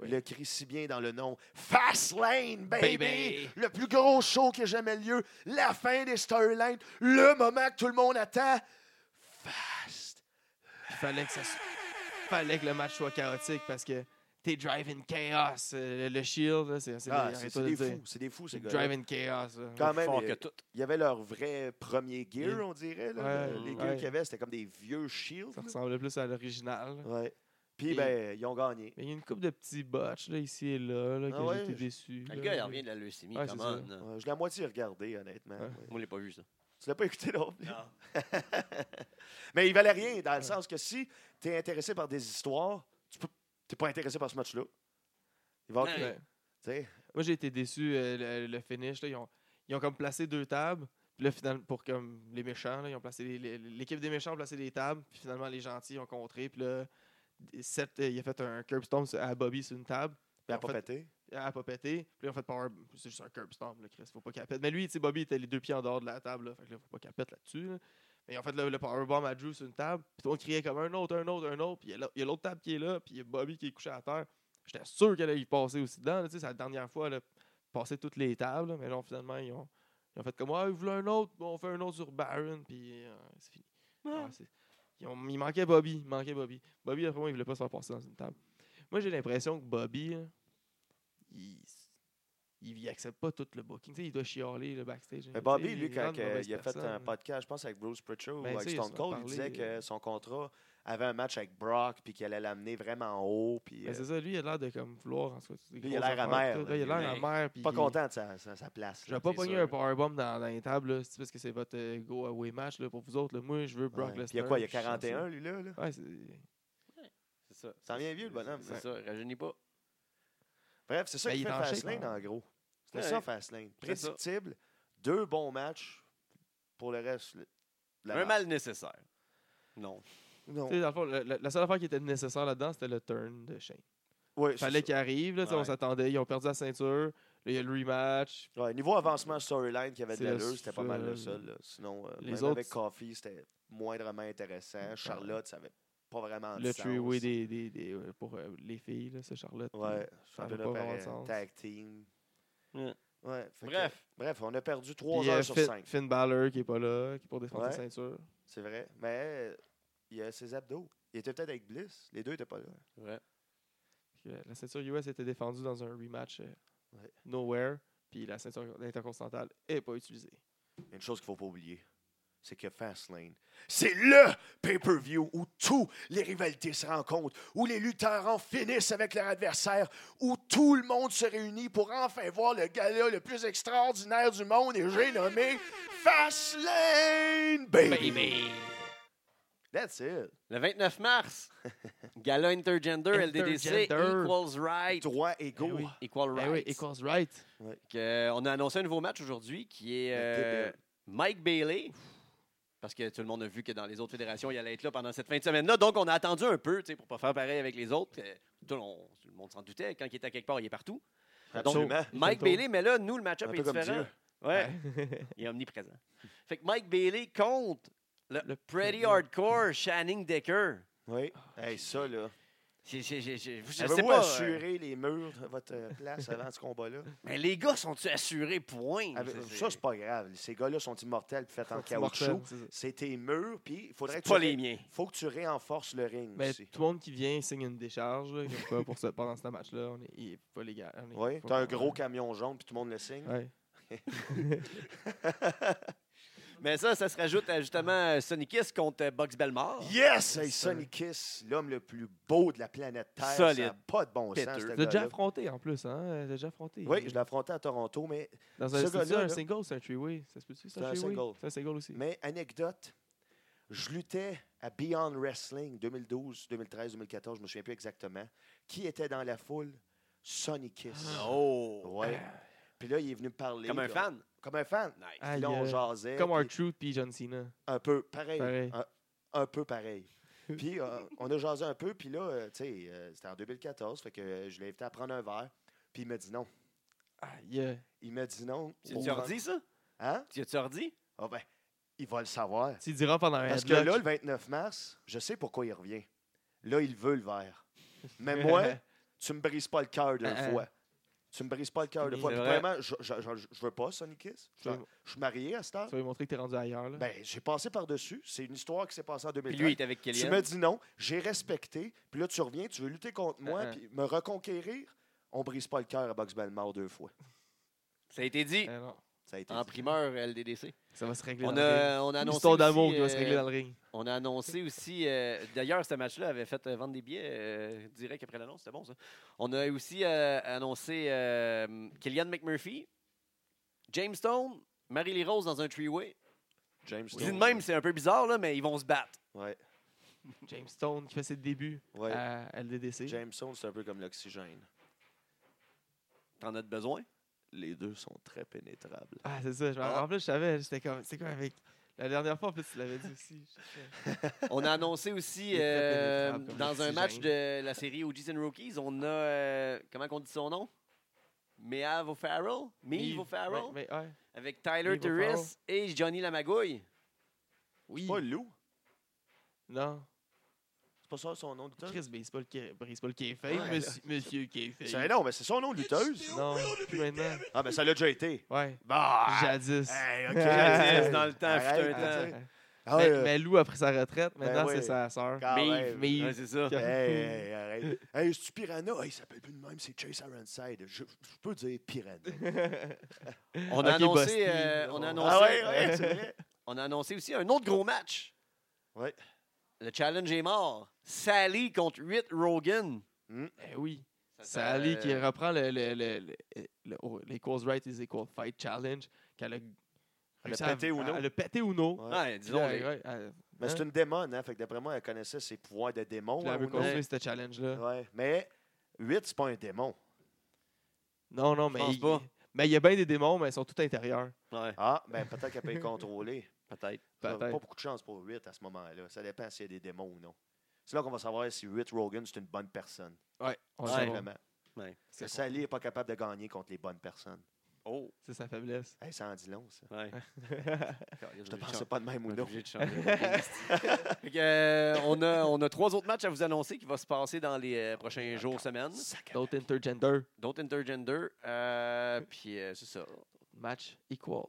Oui. le crie si bien dans le nom Fastlane, baby! Baby! Le plus gros show qui ait jamais lieu, la fin des storylines, le moment que tout le monde attend. Fast! Il fallait que ça se- fallait que le match soit chaotique parce que t'es driving chaos. euh, Le, le Shield, là, c'est c'est- Ah, arrête c'est pas c'est de des le dire. fous, c'est des fous, ces gars-là. Driving chaos. là. Quand Plus même, fort il- que tout. il y avait leur vrai premier gear, Il- on dirait. là, Ouais, le- les ouais. gears qu'il y avait, c'était comme des vieux shields. Ça là. ressemblait plus à l'original. là. Ouais. Puis, Et- ben, ils ont gagné. Mais il y a une couple de petits botches là, ici et là, là, que Ah ouais, j'étais je- déçu. Le là. gars, il revient de la leucémie. Ouais, come c'est ça. on, là. Ouais, Euh, je l'ai à moitié regardé, honnêtement. Ah. Ouais. Ouais. Moi, je l'ai pas vu, ça. Tu l'as pas écouté non plus. Mais il valait rien, dans le sens que si tu es intéressé par des histoires, tu n'es pas intéressé par ce match-là. Il va Ouais. tu Ouais. sais. Moi, j'ai été déçu euh, le, le finish. là. Ils, ont, ils ont comme placé deux tables, Puis là, finalement, pour comme les méchants, là, ils ont placé les- les- l'équipe des méchants a placé des tables. Puis finalement, les gentils ont contré. Puis là, Seth, euh, il a fait un curb stomp sur- à Bobby sur une table. Il a en pas fait- pété. Elle a pas pété. Puis là, en fait, power. C'est juste un curb stomp, là, Chris. Faut pas qu'elle pète. Mais lui, tu sais, Bobby était les deux pieds en dehors de la table, là. Fait que là, faut pas qu'elle pète là-dessus, là. Mais en fait, là, le powerbomb à Drew sur une table. Puis tout le monde criait comme un autre, un autre, un autre. Puis il y a l'autre- il y a l'autre table qui est là. Puis il y a Bobby qui est couché à terre. J'étais sûr qu'elle allait y passer aussi dedans, là. Tu sais, c'est la dernière fois, là. Passer toutes les tables, là. Mais non, finalement, ils ont, ils ont fait comme, ah, vous voulez un autre? Bon, on fait un autre sur Baron. Puis euh, c'est fini. Ah, c'est- ils ont- il manquait Bobby. Il manquait Bobby. Bobby, après moi, il voulait pas se faire passer dans une table. Moi, j'ai l'impression que Bobby, là, il, s- il, il accepte pas tout le booking. Tu sais, il doit chialer le backstage. hein. Mais Tu Bobby, sais, lui, une quand grande euh, mauvaise il a fait personne, un hein. podcast, je pense, avec Bruce Pritchard Ben, ou tu avec sais, Stone ils se Cold, sont il disait parlé, euh, que son contrat avait un match avec Brock puis qu'il allait l'amener vraiment haut. Puis, Ben, euh, c'est ça, lui, il a l'air de comme vouloir. En tout cas, des Lui, il a grosses l'air affaires, amer, tout. là, Là, il a l'air lui. amer. puis pas il- content de sa, sa- sa place. Je vais là, pas c'est pogner sûr. un powerbomb dans, dans les tables, là, c'est parce que c'est votre euh, go-away match là, pour vous autres. là. Moi, je veux Brock Ouais. Lesnar. Puis Il y a quoi, il y a puis je sens ça. 41, lui, là? là? Ouais, c'est. C'est ça. Ça en vient vieux, le bonhomme. C'est ça, rajeunis pas. Bref, c'est ça Ben, qui il fait est en shape, Fastlane, hein. en gros. C'était Ouais. ça, Fastlane. C'est ça. Prédictible, deux bons matchs pour le reste. le- la Un marque. mal nécessaire. Non. Non. Tu sais, dans le fond, la, la- la seule affaire qui était nécessaire là-dedans, c'était le turn de Shane. Ouais, c'est fallait ça. qu'il arrive, là, tu sais, Ouais. on s'attendait, ils ont perdu la ceinture, là, il y a le rematch. Ouais, niveau avancement storyline qu'il y avait de C'est le l'allure, c'était pas mal le seul. seul. là. Sinon, euh, Les même autres, avec c'est- Coffee, c'était moindrement intéressant. Charlotte, ça avait pas vraiment de Le sens. three-way des, des- des- euh, pour euh, les filles, là, c'est Charlotte. là. Ouais, Ça avait championnat pas vraiment par- de sens. tag team. Ouais. Ouais, fait que- Bref, bref, on a perdu Puis, 3 euh, heures sur Finn- 5. Finn Balor qui est pas là, qui est pour défendre sa Ouais. ceinture. C'est vrai. Mais euh, il y a ses abdos. Il était peut-être avec Bliss. Les deux étaient pas là. ouais. Puis, euh, La ceinture US était défendue dans un rematch euh, Ouais. Nowhere, puis la ceinture intercontinentale n'est pas utilisée. Une chose qu'il faut pas oublier, c'est que Fastlane, c'est LE pay-per-view où tous les rivalités se rencontrent, où les lutteurs en finissent avec leur adversaire, où tout le monde se réunit pour enfin voir le gala le plus extraordinaire du monde et j'ai nommé Fastlane Baby. That's it. Le 29 mars, gala intergender, LDDC, Intergender. equals right. Droit égaux. Eh oui. Equal right. Ben oui, Equals Right. Que- euh, on a annoncé un nouveau match aujourd'hui qui est euh, débile. Mike Bailey. Parce que tout le monde a vu que dans les autres fédérations, il allait être là pendant cette fin de semaine-là. Donc, on a attendu un peu tu sais, pour ne pas faire pareil avec les autres. Euh, Tout le monde, tout le monde s'en doutait. Quand il était à quelque part, il est partout. Absolument. Mike Tantôt. Bailey, mais là, nous, le match-up Un est peu comme différent. Dieu. Ouais, il est omniprésent. Fait que Mike Bailey contre le, Le Pretty Pretty Hardcore Shanning Decker. Oui. Hey, ça, là. C'est- c'est- c'est- c'est- je sais Avez-vous pas. euh, assuré les murs de votre euh, place avant ce combat-là? mais les gars sont-ils assurés, point? Avez- C'est- Ça, c'est pas grave. Ces gars-là sont immortels puis faits en caoutchouc. Mortel, c'est ça. C'est tes murs, puis il faudrait c'est que pas tu ré- les miens. faut que tu réenforces le ring Mais aussi. Ben, tout le monde qui vient signe une décharge là, comme quoi, pour ce, pendant ce match-là. On est, il est pas légal. on est Oui, pas t'as un content. gros camion jaune, puis tout le monde le signe. Ouais. Mais ça, ça se rajoute à justement euh, Sonic Kiss contre euh, Box Belmar. Yes! C'est Hey, ça. Sonny Kiss, l'homme le plus beau de la planète Terre. Solide. Ça a pas de bon Péteux. sens, ce T'as déjà gars-là. affronté en plus, hein? T'as déjà affronté. Oui, je l'ai affronté à Toronto, mais, Dans Ce un, c'est gars-là, un là. single, ou c'est un three-way. Ça se peut-tu? C'est un three-way? single. C'est un single aussi. mais anecdote, je luttais à Beyond Wrestling 2012, 2013, 2014, je me souviens plus exactement. Qui était dans la foule? Sonny Kiss. Oh! Ouais. Puis là, il est venu me parler. Comme un puis on- fan? Comme un fan. Nice. Aïe, Puis là, on euh, jasait. Comme puis- R. Truth puis John Cena. Un peu pareil. Pareil. Un, un peu pareil. Puis euh, on a jasé un peu, puis là, euh, tu sais, euh, c'était en 2014, fait que euh, je l'ai invité à prendre un verre, puis il me dit non. Aïe. euh, Il me dit non. Tu pour tu prendre- ordi, ça? Hein? Tu tu ordi? Ah ben, il va le savoir. Tu le diras pendant un Parce que headlock. là, le 29 mars, je sais pourquoi il revient. Là, il veut le verre. Mais moi, tu me brises pas le cœur deux Ah, ah. fois. Tu me brises pas le cœur deux C'est fois. Puis vrai. Vraiment, je, je, je- je veux pas, Sonic Kiss. tu Je, vas, je suis marié à cette heure. tu vas lui montrer que t'es rendu ailleurs. Là. Ben, j'ai passé par-dessus. C'est une histoire qui s'est passée en Puis 2013. lui, il est avec Tu Kylian. me dis non, j'ai respecté, puis là tu reviens, tu veux lutter contre moi, Uh-uh. puis me reconquérir. On brise pas le cœur à Box Belmore deux fois. Ça a été dit Eh non, Ça a été en dit. primeur LDDC. ça va se régler On dans le ring. a, on a Une annoncé histoire d'amour aussi, qui va se euh, régler dans le ring. On a annoncé aussi, euh, d'ailleurs, ce match-là avait fait euh, vendre des billets euh, direct après l'annonce, c'était bon ça. On a aussi euh, annoncé euh, Killian McMurphy, James Stone, Marie-Lee Rose dans un three-way. James Je dis de même, c'est un peu bizarre, là, mais ils vont se battre. Ouais, James Stone qui fait ses débuts ouais. Ah, à LDDC. Jameson, c'est un peu comme l'oxygène. T'en as de besoin? les deux sont très pénétrables. Ah, c'est ça. Je, m'en- Ah. En plus, je savais, j'étais comme, c'est quoi avec. La dernière fois, en plus, tu l'avais dit aussi. On a annoncé aussi Il est très euh, pénétrable comme dans un oxygène. match de la série OGs and Rookies, on a. euh, comment qu'on dit son nom? Meav O'Farrell? Meav O'Farrell? Ouais, mais, ouais. Avec Tyler Meav O'Farrell. Turris et Johnny Lamagouille. Oui. Pas Lou. Non. C'est pas ça son nom de lutteuse? Chris, mais c'est pas le K- mais c'est pas le Ouais, K-Fake, là. monsieur- monsieur K-Fake. C'est non, mais c'est son nom de lutteuse. Non, plus maintenant. Ah, mais ça l'a déjà été. Ouais. Ah, Bah! Jadis. Hey, ok. Jadis, Hey, dans le temps, arrête, fut un là, temps. tu sais. Ah, Mais, ouais, mais Lou a pris sa retraite. Maintenant, Ben oui. c'est sa sœur. quand Meav, même. Mais Ouais, c'est ça. Hey, hey, arrête. Hey, c'est-tu Piranha? Hey, il s'appelle plus de même, c'est Chase Ironside. Je, je peux dire Piranha. On a Ok, annoncé. Bosty. euh, on, a Ah annoncé Ah ouais, ouais, c'est vrai. on a annoncé aussi un autre gros match. Ouais. Le challenge est mort. Sally contre 8 Rogan. Eh oui. Ça, ça, Sally qui euh, reprend le, le, le, le- le- oh, l'Equals Right is Equal Fight Challenge. Qu'elle a, Elle réussi a pété Uno. Elle a pété Uno. Ouais. Ouais, Puis disons. là, les- elle- ouais, elle- Mais c'est hein? une démon, hein? Fait que d'après moi, elle connaissait ses pouvoirs de démon. Puis là, hein, elle veut ou non? continuer ce challenge-là. Ouais. Mais 8, c'est pas un démon. Non, non, mais pense il, pas. mais il y a bien des démons, mais ils sont tous intérieurs. Ouais, Ah, ben peut-être qu'elle peut y contrôler. peut-être. Pas Peut-être. beaucoup de chance pour 8 à ce moment-là. Ça dépend s'il y a des démons ou non. C'est là qu'on va savoir si 8 Rogan, c'est une bonne personne. Ouais, on Ouais. sait pas. Vraiment. Ouais. Parce que Sally n'est pas capable de gagner contre les bonnes personnes. Oh, C'est sa faiblesse. Hey, ça en dit long, ça. ouais. Je te pensais pas de même ou non. Obligé de changer de podcast. Fait que, euh, on, a, on a trois autres matchs à vous annoncer qui vont se passer dans les euh, prochains jours, semaines. Sacrément. D'autres intergender. D'autres intergender. euh, puis euh, c'est ça. Match equals.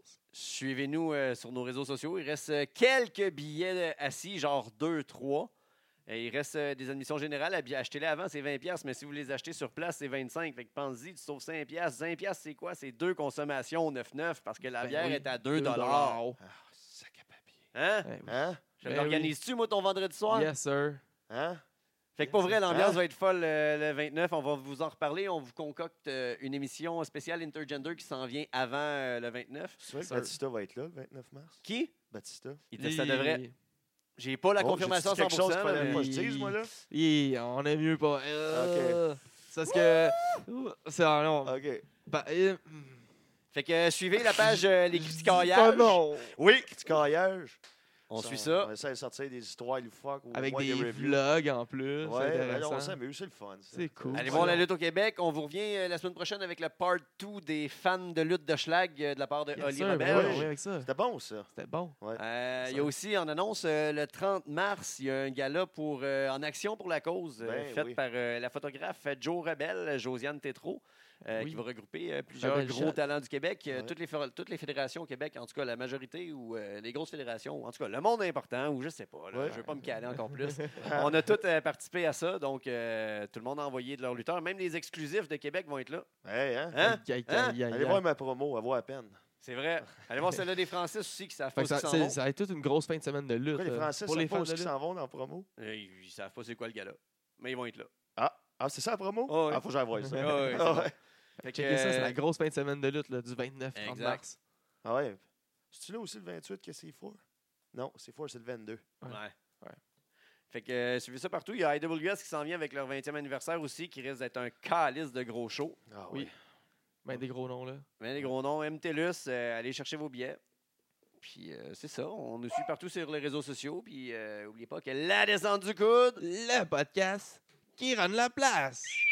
Suivez-nous euh, sur nos réseaux sociaux. Il reste euh, quelques billets euh, assis, genre 2, 3. Et il reste euh, des admissions générales. à bi- Achetez-les avant, c'est 20$, mais si vous les achetez sur place, c'est 25$. Fait que pensez-y, tu sauves 5$. 5$, c'est quoi? C'est deux consommations 9-9 parce que la Ben bière oui, est à 2$. Deux dollars. Ah, sac à papier. Hein? Eh oui. Hein? Je Ben l'organise-tu, moi, ton vendredi soir? Yes, sir. Hein? Fait que pour vrai, l'ambiance va être folle euh, le 29. On va vous en reparler. On vous concocte euh, une émission spéciale Intergender qui s'en vient avant euh, le 29. C'est vrai que Sir. Batista va être là le 29 mars? Qui? Batista? Il dit ça devrait. Hi. J'ai pas la Oh, confirmation à j'ai dit 100%. quelque chose qu'il fallait mais- pas que je dise, moi, là? Hi, on aime mieux pas. Euh, C'est parce que. C'est ah, non. OK. Bah, euh, hmm. Fait que euh, suivez la page euh, Les Critiques Oh non! Oui, petit caillage. On suit ça. On essaie de sortir des histoires loufoques. ou au Avec moins des, reviews. vlogs en plus. Ouais, c'est ben, on intéressant. s'amuse, c'est le fun. ça. C'est cool. Allez Ouais. voir la lutte au Québec. On vous revient euh, la semaine prochaine avec le part 2 des fans de lutte de Schlag euh, de la part de Yes, Oli sir, ben Roberge. ouais, on revient avec ça. euh, C'était bon, ça. C'était bon. Euh, il y Ça. a aussi en annonce euh, le 30 mars, il y a un gala pour euh, en action pour la cause euh, Ben fait oui. par euh, la photographe Joe Rebel, Josiane Tétrault, euh, Oui. qui va regrouper euh, plusieurs belle gros shot. talents du Québec, euh, Ouais. toutes, les, fédé- toutes les fédérations au Québec, en tout cas la majorité ou euh, les grosses fédérations, ou en tout cas le monde important ou je sais pas, là, Ouais. je veux pas me caler encore plus. On a tous euh, participé à ça, donc euh, tout le monde a envoyé de leurs lutteurs, même les exclusifs de Québec vont être là. Hey, hein? Hein? Aïe, aïe, Hein? aïe, aïe, aïe. Allez voir ma promo, elle vaut à peine. C'est vrai. Allez voir celle-là des Francis aussi qui savent Fait pas que ce ça, qu'ils s'en c'est- vont. ça va être toute une grosse fin de semaine de lutte. Pourquoi les euh, Français pour les savent fans pas de ce qui lutte. s'en vont dans la promo? Euh, Ils, ils savent pas c'est quoi le gala, mais ils vont être là. Ah, ah c'est ça la promo? Ah ouais. Ah, faut que j'aille voir ça. Ah ouais, c'est ah, bon. ouais. Fait que, Checkez ça, c'est euh, la grosse fin de semaine de lutte là, du 29 30 Exact. mars. Ah ouais. C'est-tu là aussi le 28 que c'est fort? Non, c'est fort, c'est le 22. Ouais. Ouais. Ouais. Fait que euh, suivez ça partout. Il y a IWS qui s'en vient avec leur 20e anniversaire aussi, qui risque d'être un calice de gros shows. Ah Oui. Ben, des gros noms, là. Mais les gros noms, MTLUS, euh, allez chercher vos billets. Puis euh, c'est ça, on nous suit partout sur les réseaux sociaux. Puis euh, oubliez pas que la descente du coude, Le podcast qui rend la place.